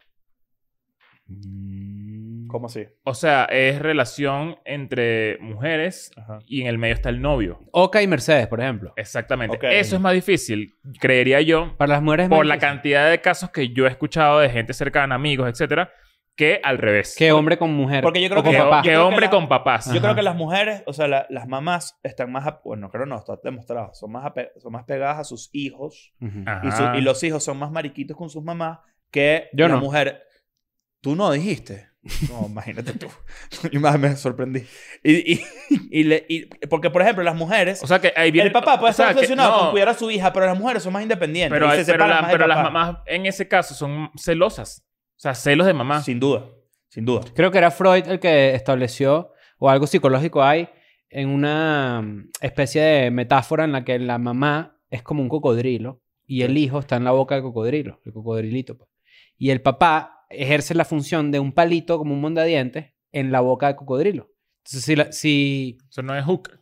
¿Cómo así? O sea, es relación entre mujeres Ajá. y en el medio está el novio. Oca y Mercedes, por ejemplo. Exactamente. Ok. Eso es más difícil, creería yo, Para las mujeres es más por la difícil. cantidad de casos que yo he escuchado de gente cercana, amigos, etcétera, que al revés. Que hombre con mujer. Porque yo creo o con Que- que- papá. que creo hombre la- con papás. Yo Ajá. creo que las mujeres, o sea, la- las mamás están más, ap- bueno, creo no, está demostrado, son más, ape- son más pegadas a sus hijos Ujú. Ajá. y, su- y los hijos son más mariquitos con sus mamás que Yo la no. mujer. Tú no dijiste. No, imagínate tú. Yo más me sorprendí. Y, y- y le- y- porque, por ejemplo, las mujeres... O sea que ahí viene... el papá puede o sea, estar que- obsesionado no, con cuidar a su hija, pero las mujeres son más independientes. Pero, y hay- se pero, separan la- más del pero las papá. mamás en ese caso son celosas. O sea, celos de mamá. Sin duda, sin duda. Creo que era Freud el que estableció, o algo psicológico hay, en una mm, especie de metáfora en la que la mamá es como un cocodrilo y el hijo está en la boca del cocodrilo, el cocodrilito. pues. Y el papá ejerce la función de un palito, como un mondadientes, en la boca del cocodrilo. Entonces, si, la- si- Eso no es Hook.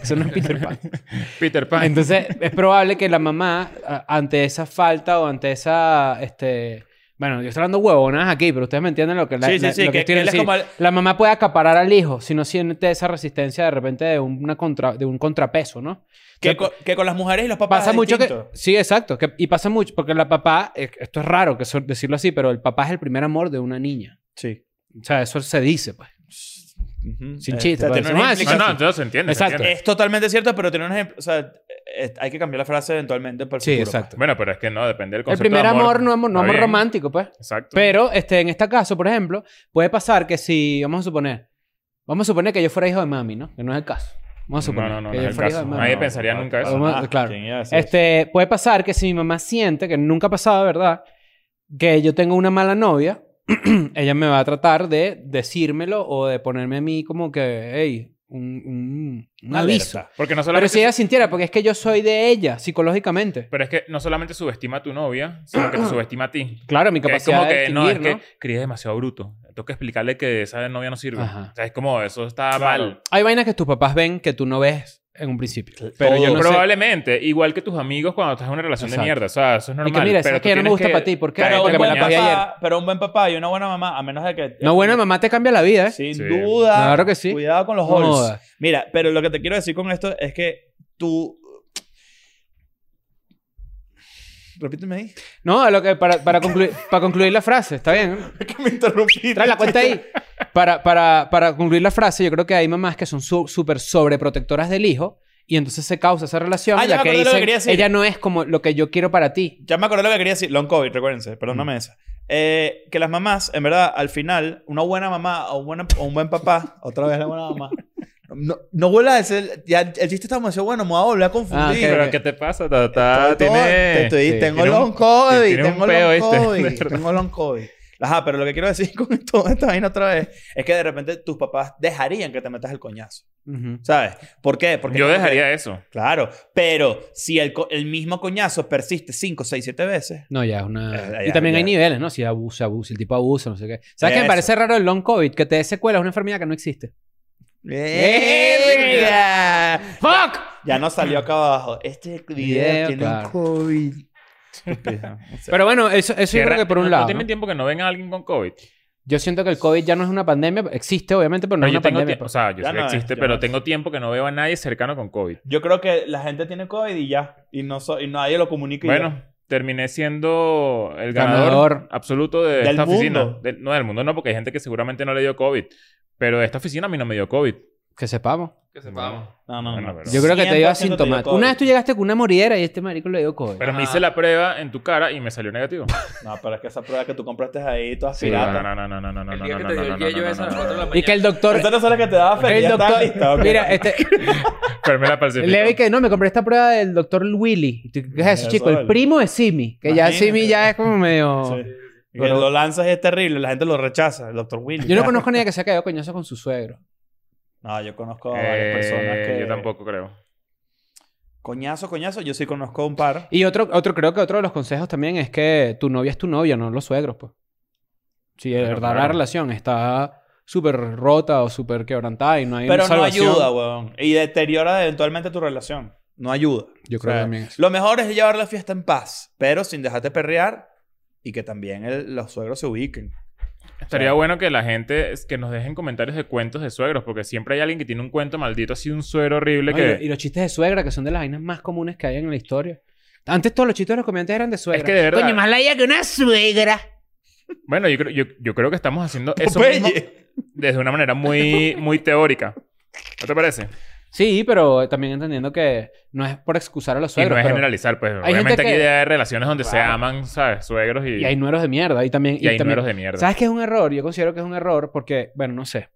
eso no es Peter Pan. Peter Pan. Entonces, es probable que la mamá, a- ante esa falta o ante esa, este... Bueno, yo estoy hablando huevonadas aquí, pero ustedes me entienden lo que, la, sí, sí, la- sí. Que, lo que estoy que él es diciendo. como el- La mamá puede acaparar al hijo si no siente esa resistencia de repente de, una contra, de un contrapeso, ¿no? que, O sea, con, que con las mujeres y los papás pasa es mucho que... distinto. Sí, exacto. que- y pasa mucho porque la papá, eh, esto es raro que eso- decirlo así, pero el papá es el primer amor de una niña. Sí. O sea, eso se dice, pues. Sin chiste, Este, tiene una parece. No, es- no, implicación. no, entonces se entiende. se Exacto. entiende. Es totalmente cierto, pero tiene un ejemplo. O sea, eh, hay que cambiar la frase eventualmente para el Sí, futuro, exacto. Bueno, pero es que no, depende del El concepto. primer de amor, no amor, no Está amor bien. romántico, pues. Exacto. Pero este, en este caso, por ejemplo, puede pasar que si, vamos a suponer, vamos a suponer que yo fuera hijo de mami, ¿no? Que no es el caso. Vamos a no, suponer. no, no, no que es yo el fuera hijo caso. de mami. Nadie pensaría nunca eso. Vamos a- Ah, claro. ¿quién iba a decir eso? Este, puede pasar que si mi mamá siente, que nunca ha pasado, ¿verdad? Que yo tengo una mala novia, ella me va a tratar de decírmelo o de ponerme a mí como que, hey, un, un- un Una aviso. alerta. Porque no Pero solamente. si ella sintiera, porque es que yo soy de ella psicológicamente. Pero es que no solamente subestima a tu novia, sino que te subestima a ti. Claro, mi Que es capacidad como de que no, es distinguir, ¿no? que cría demasiado bruto. Tengo que explicarle que esa novia no sirve. Ajá. O sea, es como eso está Claro. mal. Hay vainas que tus papás ven que tú no ves en un principio. Pero yo no sé. Probablemente, igual que tus amigos cuando estás en una relación Exacto. de mierda. O sea, eso es Y normal. que mira, pero sabes tú que no me tienes gusta para ti. ¿Por qué? Claro, Pero, Porque un me buen la acompañaste papá, cogí ayer. pero un buen papá y una buena mamá, a menos de que. este, No, buena mamá te cambia la vida, ¿eh? Sin Sí. duda. Claro que sí. Cuidado con los No holes. jodas. Mira, pero lo que te quiero decir con esto es que tú. Repíteme ahí. No, lo que, para, para, concluir, para concluir la frase, está bien. ¿no? Es que me interrumpí. Trae la cuenta ahí. Para, para, para concluir la frase, yo creo que hay mamás que son su- súper sobreprotectoras del hijo y entonces se causa esa relación Ah, en ya la me que acordé lo que dicen, quería decir. ella no es como lo que yo quiero para ti. Ya me acordé lo que quería decir. Long COVID, recuérdense. Mm. Perdóname esa. Eh, que las mamás, en verdad, al final, una buena mamá o un, buena- o un buen papá, otra vez la buena mamá. No, no vuelvas a decir, ya el chiste está demasiado bueno, me voy a volver a confundir. Ah, ok. Pero ¿qué te pasa? Ta, ta, Estoy todo- te Ah, tiene- estoy- sí, tengo tiene un- long COVID, tiene un tengo peo long este, COVID, de verdad. tengo long COVID. Ajá, pero lo que quiero decir con toda esta vaina otra vez es que de repente tus papás dejarían que te metas el coñazo, Ujú. ¿sabes? ¿Por qué? Porque Yo es como que- dejaría eso. Claro, pero si el, co- el mismo coñazo persiste 5, 6, 7 veces, No, ya es una... Ya, ya, y también ya. hay niveles, ¿no? Si abusa, abusa, si el tipo abusa, no sé qué. ¿Sabes qué me Eso. parece raro el long COVID? Que te dé secuela es una enfermedad que no existe. ¡verga! ¡Fuck! ya no salió acá abajo. Este video Video, tiene claro. COVID. Pero bueno, eso, eso yo Qué creo ra- que por un no- No lado. tienen ¿no? tiempo que no venga alguien con COVID. Yo siento que el COVID ya no es una pandemia. Existe, obviamente, pero no No, es yo una tengo pandemia. pues. tiempo. O sea, yo Ya sé que no es, existe, ya pero no es. tengo tiempo que no veo a nadie cercano con COVID. Yo creo que la gente tiene COVID y ya. Y, no so- y nadie lo comunica. y ya. Bueno, terminé siendo el ganador, Ganador. absoluto de Del esta oficina. mundo. Del- no, del mundo no, porque hay gente que seguramente no le dio COVID. Pero esta oficina a mí no me dio COVID. Que sepamos. Que sepamos. No, no, Bueno, no. pero- Yo creo que 100% te dio te dio asintomático. COVID. Una vez tú llegaste con una moridera y este marico le dio COVID. Pero me Ah. hice la prueba en tu cara y me salió negativo. No, pero es que esa prueba que tú compraste ahí, todas Sí, No, no, pirata. no, no, no, no, no, no, no, El no, día que no, te dio no, el no, yello no, es a no, las no, 4 de la mañana. Y que el doctor... Esa no es la que te daba que fe. el Ya está doctor... lista, ok. Mira, este... Pero me la falsificó. Le vi que no, me compré esta prueba del doctor Willy. Y tú, ¿Qué es eso, Eso chico? El vale. primo de Simi. Que ya Imagínate. Simi ya es como medio. Sí. Y que lo lanzas y es terrible, la gente lo rechaza, el doctor Willy. Yo no conozco a nadie que se ha quedado coñazo con su suegro. No, yo conozco a varias personas Eh, que. Yo tampoco creo. Coñazo, coñazo, yo sí conozco un par. Y otro, otro, creo que otro de los consejos también es que tu novia es tu novia, no los suegros, pues. Si de Pero verdad la claro. relación está súper rota o súper quebrantada y no hay Pero una no salvación, ayuda, weón. Y deteriora eventualmente tu relación. No ayuda. Yo creo O sea, que también es. Lo mejor es llevar la fiesta en paz, pero sin dejarte perrear y que también el- los suegros se ubiquen. Estaría bueno que la gente es- que nos dejen comentarios de cuentos de suegros, porque siempre hay alguien que tiene un cuento maldito así, un suegro horrible No, y, que... lo- y los chistes de suegra, que son de las vainas más comunes que hay en la historia. Antes todos los chistes de los comediantes eran de suegra. Es que de verdad- Coño, más la idea que una suegra. Bueno, yo creo, yo, yo creo que estamos haciendo Pues eso Popeye. mismo desde una manera muy, muy teórica. ¿No te parece? Sí, pero también entendiendo que no es por excusar a los y no suegros. es pero- generalizar, pues. gente Obviamente aquí que- hay relaciones donde se Claro. aman, ¿sabes? Suegros y, y hay nueros de mierda. Y también. y hay también- números de mierda. ¿Sabes qué es un error? Yo considero que es un error porque, bueno, no sé.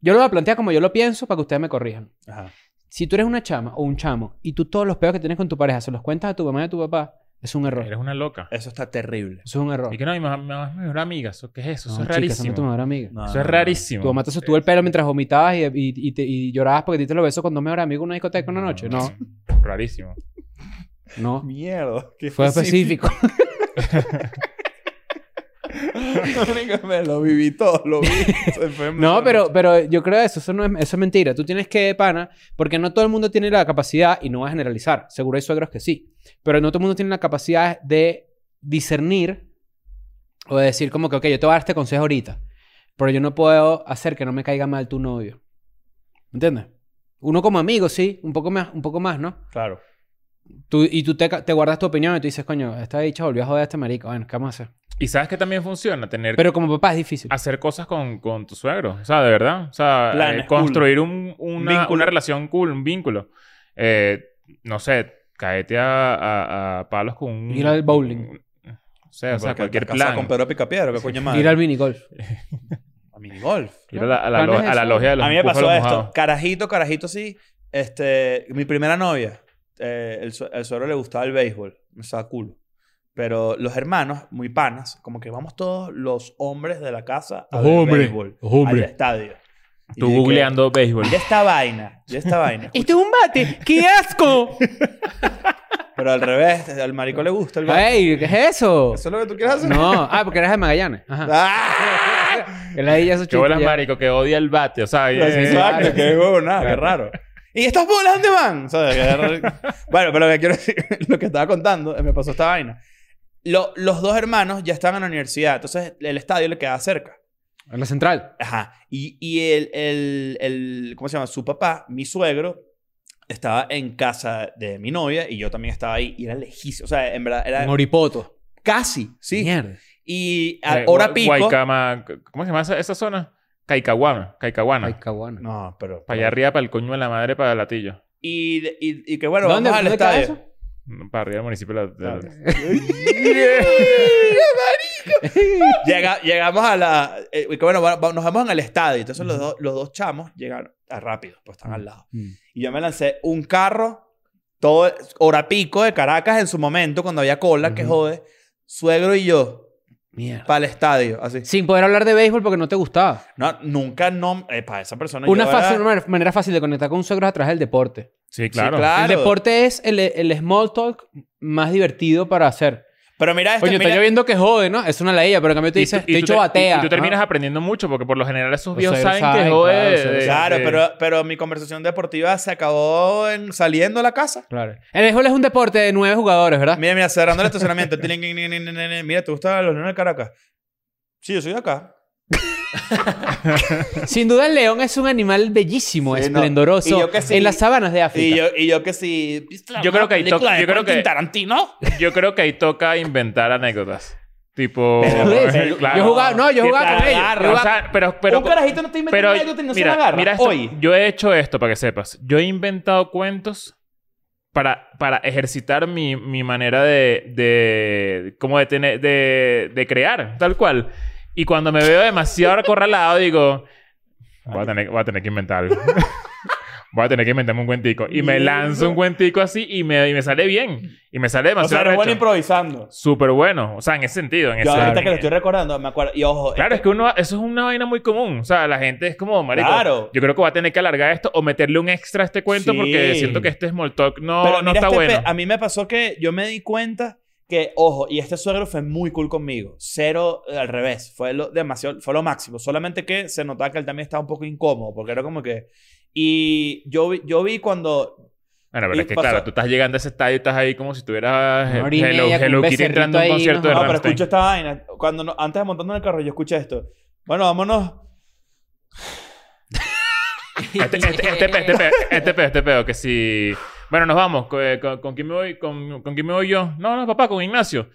Yo lo voy a plantear como yo lo pienso para que ustedes me corrijan. Ajá. Si tú eres una chama o un chamo y tú todos los peos que tienes con tu pareja se los cuentas a tu mamá y a tu papá, es un error. Eres una loca. Eso está terrible. Eso es un error. Y que no, mi mamá, mi mamá es mi mejor amiga. ¿Eso qué es eso? No, Eso es chica, esa no rarísimo. es tu mejor amiga. No, Eso no, es no. rarísimo. Tu mamá te sostuvo el pelo mientras vomitabas y, y, y te- y llorabas porque te diste los besos con dos mejores amigos en una discoteca una noche. No, Rarísimo. no. Mierda. qué Fue específico. Marico, me lo viví todo, lo vi. Se fue No, emocionante. pero, pero yo creo eso. Eso, no es, eso es mentira. Tú tienes que, pana, porque no todo el mundo tiene la capacidad, y no voy a generalizar, seguro hay suegros que sí, pero no todo el mundo tiene la capacidad de discernir o de decir como que, ok, yo te voy a dar este consejo ahorita, pero yo no puedo hacer que no me caiga mal tu novio. ¿Me entiendes? Uno como amigo, sí, un poco más, un poco más ¿no? Claro. Tú- y tú te, ca- te guardas tu opinión y tú dices, coño, esta dicha volvió a joder a este marico. Bueno, ¿qué vamos a hacer? Y sabes que también funciona tener Pero como papá es difícil. hacer cosas con, con tu suegro. O sea, de verdad. O sea, Planes, eh, construir un- una, Vínculo. una relación cool, un vínculo. Eh, no sé, caete a, a- a palos con un. Ir al bowling. O sea, o sea, Porque cualquier estás casado plan. con Pedro Picapiedra, qué coño más. Ir al minigolf. A minigolf. Ir a la, a la Planes lo- a la eso. logia de los A mí me búfalos pasó esto. mojados. Carajito, carajito, sí. Este, mi primera novia, eh, el, sue- el suegro le gustaba el béisbol. Me estaba culo. Pero los hermanos, muy panas, como que vamos todos los hombres de la casa a ver Hombre, béisbol. hombre. Al estadio. Y Tú dije, googleando béisbol. De esta vaina, de esta vaina. ¡Esto es un bate! ¡Qué asco! Pero al revés, al marico le gusta el béisbol. ¡Ey! ¿Qué es eso? ¿Eso es lo que tú quieres hacer? No. Ah, porque eres de Magallanes. Ajá. ¡Ah! Que la dilla esos Qué chistes bolas, ya. marico, que odia el bate. O sea, eh, Pues Exacto, claro. qué huevo, nada, qué raro. ¿Y estas bolas dónde van? O sea, que- bueno, pero lo que quiero decir, lo que estaba contando, me pasó esta vaina. Lo- los dos hermanos ya estaban en la universidad, entonces el estadio le quedaba cerca. En la central. Ajá. Y, y el, el, el- ¿cómo se llama? Su papá, mi suegro, estaba en casa de mi novia y yo también estaba ahí y era lejísimo. O sea, en verdad, era Moripoto. casi, ¿sí? Mierda. Y a eh, hora Gua- pico... Guaycama- ¿Cómo se llama esa, esa zona? Caicahuana. Caicahuana. Ay, caguana. No, pero... Para allá arriba, para el coño de la madre, para Latillo. Y, y, y que bueno, ¿Dónde? vamos al ¿Dónde queda estadio. eso? Para arriba del municipio de la- de la- Llega- llegamos a la. eh, que bueno, va- va- nos vamos al estadio. Entonces los, dos- los dos chamos llegaron a rápido, pues están al lado. Mm. Y yo me lancé un carro, todo hora pico de Caracas en su momento, cuando había cola, que Ujú. jode. Suegro y yo, Mierda. para el estadio, así. Sin poder hablar de béisbol porque no te gustaba. No, nunca no. para esa persona. Una, yo era- fácil, una manera fácil de conectar con un suegro es a través del deporte. Sí, Sí, claro. claro. El deporte es el, el small talk más divertido para hacer. Pero mira esto. Coño, mira- está lloviendo que jode, ¿no? Es una ladilla, pero en cambio te dices, tú- te tú hecho te- batea. y tú terminas ¿no? aprendiendo mucho, porque por lo general esos Los viejos suegros saben que saben, jode. claro, los suegros de- Claro, de- pero, pero mi conversación deportiva se acabó en, saliendo a la casa. Claro. El béisbol es un deporte de nueve jugadores, ¿verdad? Mira, mira, cerrando el estacionamiento. Tiling, ling, ling, ling, ling, ling. Mira, ¿te gustan los Leones de Caracas? Sí, yo soy de acá. Sin duda el león es un animal bellísimo, Sí, no. esplendoroso, Y yo que sí. en las sabanas de África. Y yo, y yo que sí. Yo creo que ahí película toca- de yo creo Quentin que- Tarantino. Yo creo que ahí toca inventar anécdotas. Tipo. Pero- claro. Yo jugaba, no, yo Que jugaba te con ellos. agarra, Yo O jugaba- sea, pero. pero un carajito no te inventa pero, una anécdota y no se la mira, agarra. mira esto, Hoy. yo he hecho esto para que sepas. Yo he inventado cuentos para, para ejercitar mi, mi manera de, de como de tener de, de crear, tal cual. Y cuando me veo demasiado acorralado digo, voy a tener, voy a tener que inventar algo. Voy a tener que inventarme un cuentico. Y me lanzo un cuentico así y me, y me sale bien. Y me sale O sea, demasiado eres bueno arrecho. improvisando. Súper bueno. O sea, en ese sentido. En Yo ese, ahorita que lo estoy recordando, me acuerdo. Y ojo. Claro, este- es que uno, eso es una vaina muy común. O sea, la gente es como, marico, Claro. yo creo que va a tener que alargar esto o meterle un extra a este cuento Sí. porque siento que este small talk no, pero no mira está este bueno. pe- A mí me pasó que yo me di cuenta que, ojo, y este suegro fue muy cool conmigo. Cero eh, al revés. Fue lo, demasiado, fue lo máximo. Solamente que se notaba que él también estaba un poco incómodo porque era como que. Y yo, vi- yo vi cuando Bueno, pero y es que pasó- claro, tú estás llegando a ese estadio y estás ahí como si estuvieras Una eh, hora y Hello, media con Hello un Kitty becerrito entrando a un ahí, concierto ¿no? de No, pero Rammstein. escucho esta vaina. Cuando no- antes de montarnos en el carro, yo escuché esto. Bueno, vámonos. Este, este, este, pe- este, pe- este pe- este pedo, que si... Bueno, nos vamos. Co- eh, ¿Con, con quién me voy? ¿Con, con quién me voy yo? No, no, papá, con Ignacio.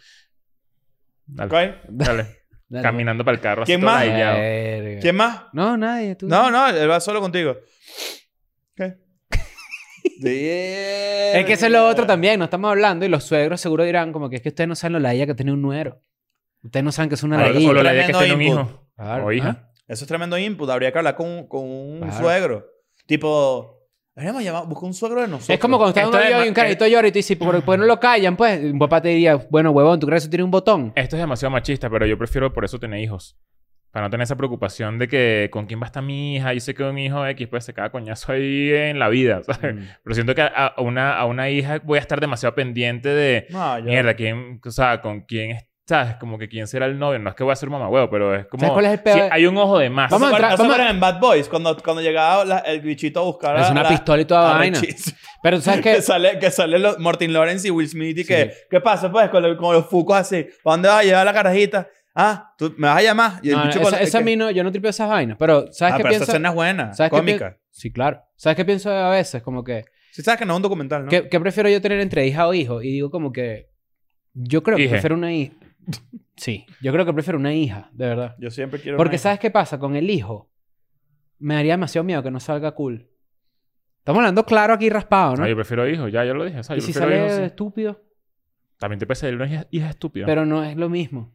Dale, ¿ok? dale. Dale. Caminando para el carro. así ¿Quién todo más? ladillado. Eh, Verga. ¿Quién más? No, nadie. Tú. No, no, él va solo contigo. ¿Qué? Es que eso es lo otro también. No estamos hablando y los suegros seguro dirán como que es que ustedes no saben lo ladilla que tiene un nuero. Ustedes no saben que es una O lo- ladilla. o lo ladilla que este Tremendo tiene un input. hijo. Claro, O hija. ah. Eso es tremendo input. Habría que hablar con, con un Claro. suegro. Tipo, deberíamos llamar, buscar un suegro de nosotros. Es como cuando estás en Esto un es avión y ma- un carajito llora y tú dices, ¿por por qué no lo callan? Pues un papá te diría, bueno, huevón, ¿tú crees que eso tiene un botón? Esto es demasiado machista, pero yo prefiero por eso tener hijos. Para no tener esa preocupación de que con quién va a estar mi hija. Yo sé que un hijo X puede se caga coñazo ahí en la vida, ¿sabes? Mm. Pero siento que a, a una, a una hija voy a estar demasiado pendiente de... No, yo- Mierda, ¿quién... O sea, ¿con quién estás? Como que quién será el novio. No es que voy a ser mamá huevo, pero es como... ¿Sabes cuál es el Sí, peor? hay un ojo de más. ¿No se Vamos a acuerdan- entrar- ¿no se vamos a- acuerdan en Bad Boys? Cuando, cuando llegaba la- el bichito a buscar a- Es una a- pistola y toda a vaina. Richie. Pero tú sabes que que... sale, que sale lo- Martin Lawrence y Will Smith y que, ¿qué pasa pues con, lo- con los fucos así? ¿Para dónde vas a llevar la carajita? Ah, ¿tú me vas a llamar? Y el No, no, bicho esa, con- esa a que- mí no, yo no tripeo esas vainas. Pero ¿sabes Ah, qué pero pienso? esa escena es buena, ¿Sabes qué cómica. pienso? Sí, claro. ¿Sabes qué pienso a veces? Como que... Sí sabes que no es un documental, ¿no? ¿Qué, qué prefiero yo tener entre hija o hijo? Y digo como que... Yo creo que Hije. prefiero una hija. Sí, yo creo que prefiero una hija, de verdad. Yo siempre quiero... Porque una- ¿sabes qué pasa? Con el hijo me daría demasiado miedo que no salga cool. Estamos hablando claro aquí raspado, ¿no? No, yo prefiero hijos. Ya, ya lo dije. O sea, y yo si prefiero sale hijos, sí. estúpido, También te puede salir una hija, hija estúpida. pero no es lo mismo.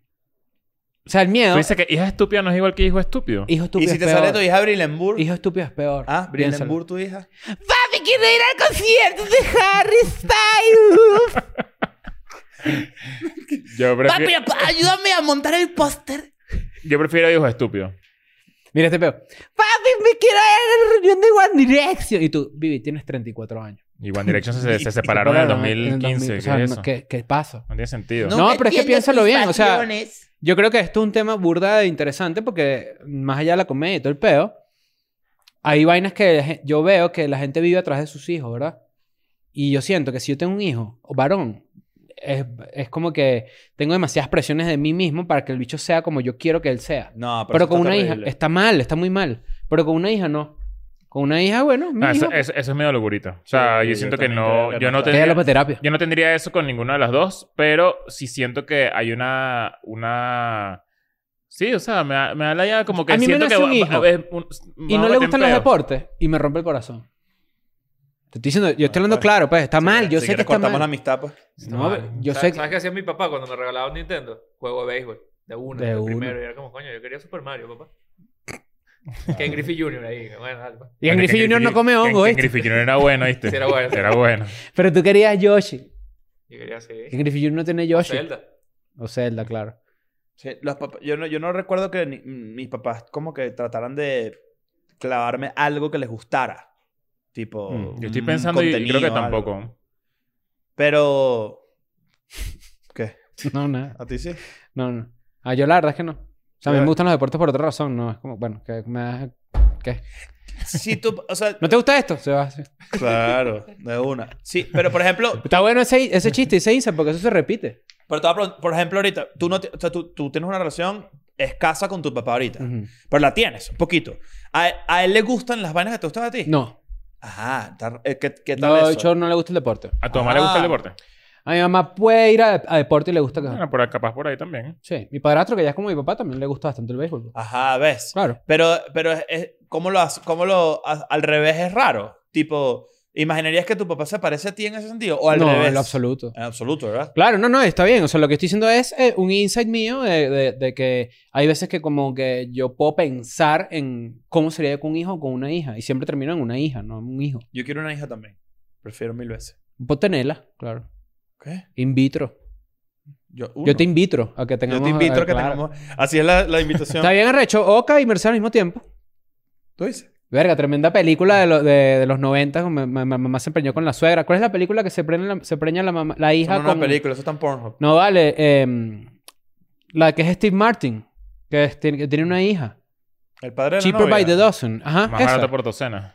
O sea, el miedo, Tú dices que hija estúpida no es igual que hijo estúpido. hijo Y estúpido si es te peor. sale tu hija Brillenburg. Hijo estúpido es peor. Ah, Piénsalo. Brillenburg, tu hija. Papi, quiero ir al concierto de Harry Styles. Yo prefiero, ayúdame a montar el póster. yo prefiero hijos estúpidos. Mira este peor. Papi, me quiero ir a la reunión de One Direction. Y tú, Vivi, tienes 34 años. Y One Direction se, se separaron en el 2015. O ¿Qué sea, es no- eso? ¿qué, qué pasa? No tiene sentido. No, pero es que piénsalo bien. O sea, yo creo que esto es un tema burda de interesante porque más allá de la comedia y todo el peo, hay vainas que la gen- yo veo que la gente vive atrás de sus hijos, ¿verdad? Y yo siento que si yo tengo un hijo, o varón, es, es como que tengo demasiadas presiones de mí mismo para que el bicho sea como yo quiero que él sea. No, pero, Pero eso con está una hija terrible. está mal, está muy mal. Pero con una hija no. Con una hija, bueno, mi Ah, eso, hijo. eso- eso es medio locurita. O sea, Sí, yo yo siento que también no. creo que Yo no no, está. Déjalo tendría, para terapia. yo no tendría eso con ninguna de las dos, pero sí siento que hay una. una... Sí, o sea, me da, me da la idea como que A mí me siento nace que. un va- hijo. va- es un- Y va no a le meter gustan en los peo. deportes. Y me rompe el corazón. Te estoy diciendo, yo estoy hablando claro, pues está Si mal. quieres- Yo si sé que quieres está cortamos la mal. amistad, pues. No, yo ¿Sabes, sé ¿Sabes qué hacía mi papá cuando me regalaba un Nintendo? Juego de béisbol. De uno. De el una. primero. Y era como, coño, yo quería Super Mario, papá. Ken Griffey Jr. ahí. Bueno, dale, pues. pa. Y en Griffith Junior no come hongo, En ¿viste? Griffith Junior era bueno, ¿viste? Sí, era bueno. Era bueno. Pero tú querías Yoshi. Yo quería así. En Griffith Junior no tiene Yoshi. Zelda. O Zelda, claro. Sí, los papá- yo, no, yo no recuerdo que ni- mis papás como que trataran de clavarme algo que les gustara. Tipo. Mm, Yo estoy un pensando y- y creo contenido que o algo. tampoco. Pero. ¿Qué? No, nada. ¿A ti sí? No, no. Ah, yo la verdad es que no. O sea, a mí Ya. me gustan los deportes por otra razón. No, es como, bueno, que me das- ¿Qué? Sí, tú. O sea. ¿No te gusta esto? Se va así. Claro, de una. Sí, pero por ejemplo, Está bueno ese, ese chiste, ese insight, porque eso se repite. pero te voy a preguntar, por ejemplo, ahorita, tú, no te- o sea, tú, tú tienes una relación escasa con tu papá ahorita. Ujú. Pero la tienes, un poquito. ¿A, a él le gustan las vainas que te gustan a ti? No. Ajá, está- eh, ¿qué, qué tal No, eso? yo no le gusta el deporte. ¿A tu mamá le gusta el Ah. deporte? A mi mamá puede ir a, a deporte y le gusta que... Bueno, por, capaz por ahí también. Sí. Mi padrastro, que ya es como mi papá, también le gusta bastante el béisbol. Ajá, ves. Claro. Pero, pero es, es- ¿cómo lo, hace- cómo lo ha- al revés es raro? Tipo, ¿imaginarías que tu papá se parece a ti en ese sentido? ¿O al no, revés? en lo absoluto. En absoluto, ¿verdad? Claro, no, no, está bien. O sea, lo que estoy diciendo es eh, un insight mío de, de- de que hay veces que como que yo puedo pensar en cómo sería yo con un hijo o con una hija. Y siempre termino en una hija, no en un hijo. Yo quiero una hija también. Prefiero mil veces. Puedo tenerla, claro. ¿Qué? In vitro. Yo, Yo uno. te invito a que tengamos... eh, Yo te invito a que claro. tengamos... Así es la, la invitación. Está bien arrecho. Oca y Mercedes al mismo tiempo. ¿Tú dices? Verga, tremenda película de, lo- de, de los 90. Mi mamá se empeñó con la suegra. ¿Cuál es la película que se preña la, se preña la, mamá- Eso no la hija es una con... película, eso está en Pornhub. No, vale. em, la que es Steve Martin. Que, es- tiene, que tiene una hija. El padre de la Cheaper novia. Ah, by the dozen. Ajá, Más esa. barata por docena.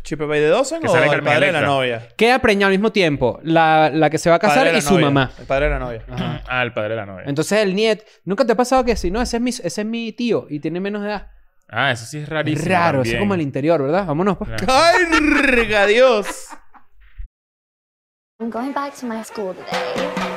Chip by the Dozen Que o sale el Carmen padre de la Electra. novia. Queda preñada al mismo tiempo la, la que se va a Padre casar de la y su novia. mamá. El padre de la novia. Ah, el padre de la novia. Entonces el niet, ¿nunca te ha pasado que si no, ese es mi, ese es mi tío y tiene menos de edad? Ah, eso sí es rarísimo. Raro, eso también. es como el interior, ¿verdad? Vámonos, pues. Claro. ¡Ay, rga, Dios! I'm going back to my school today.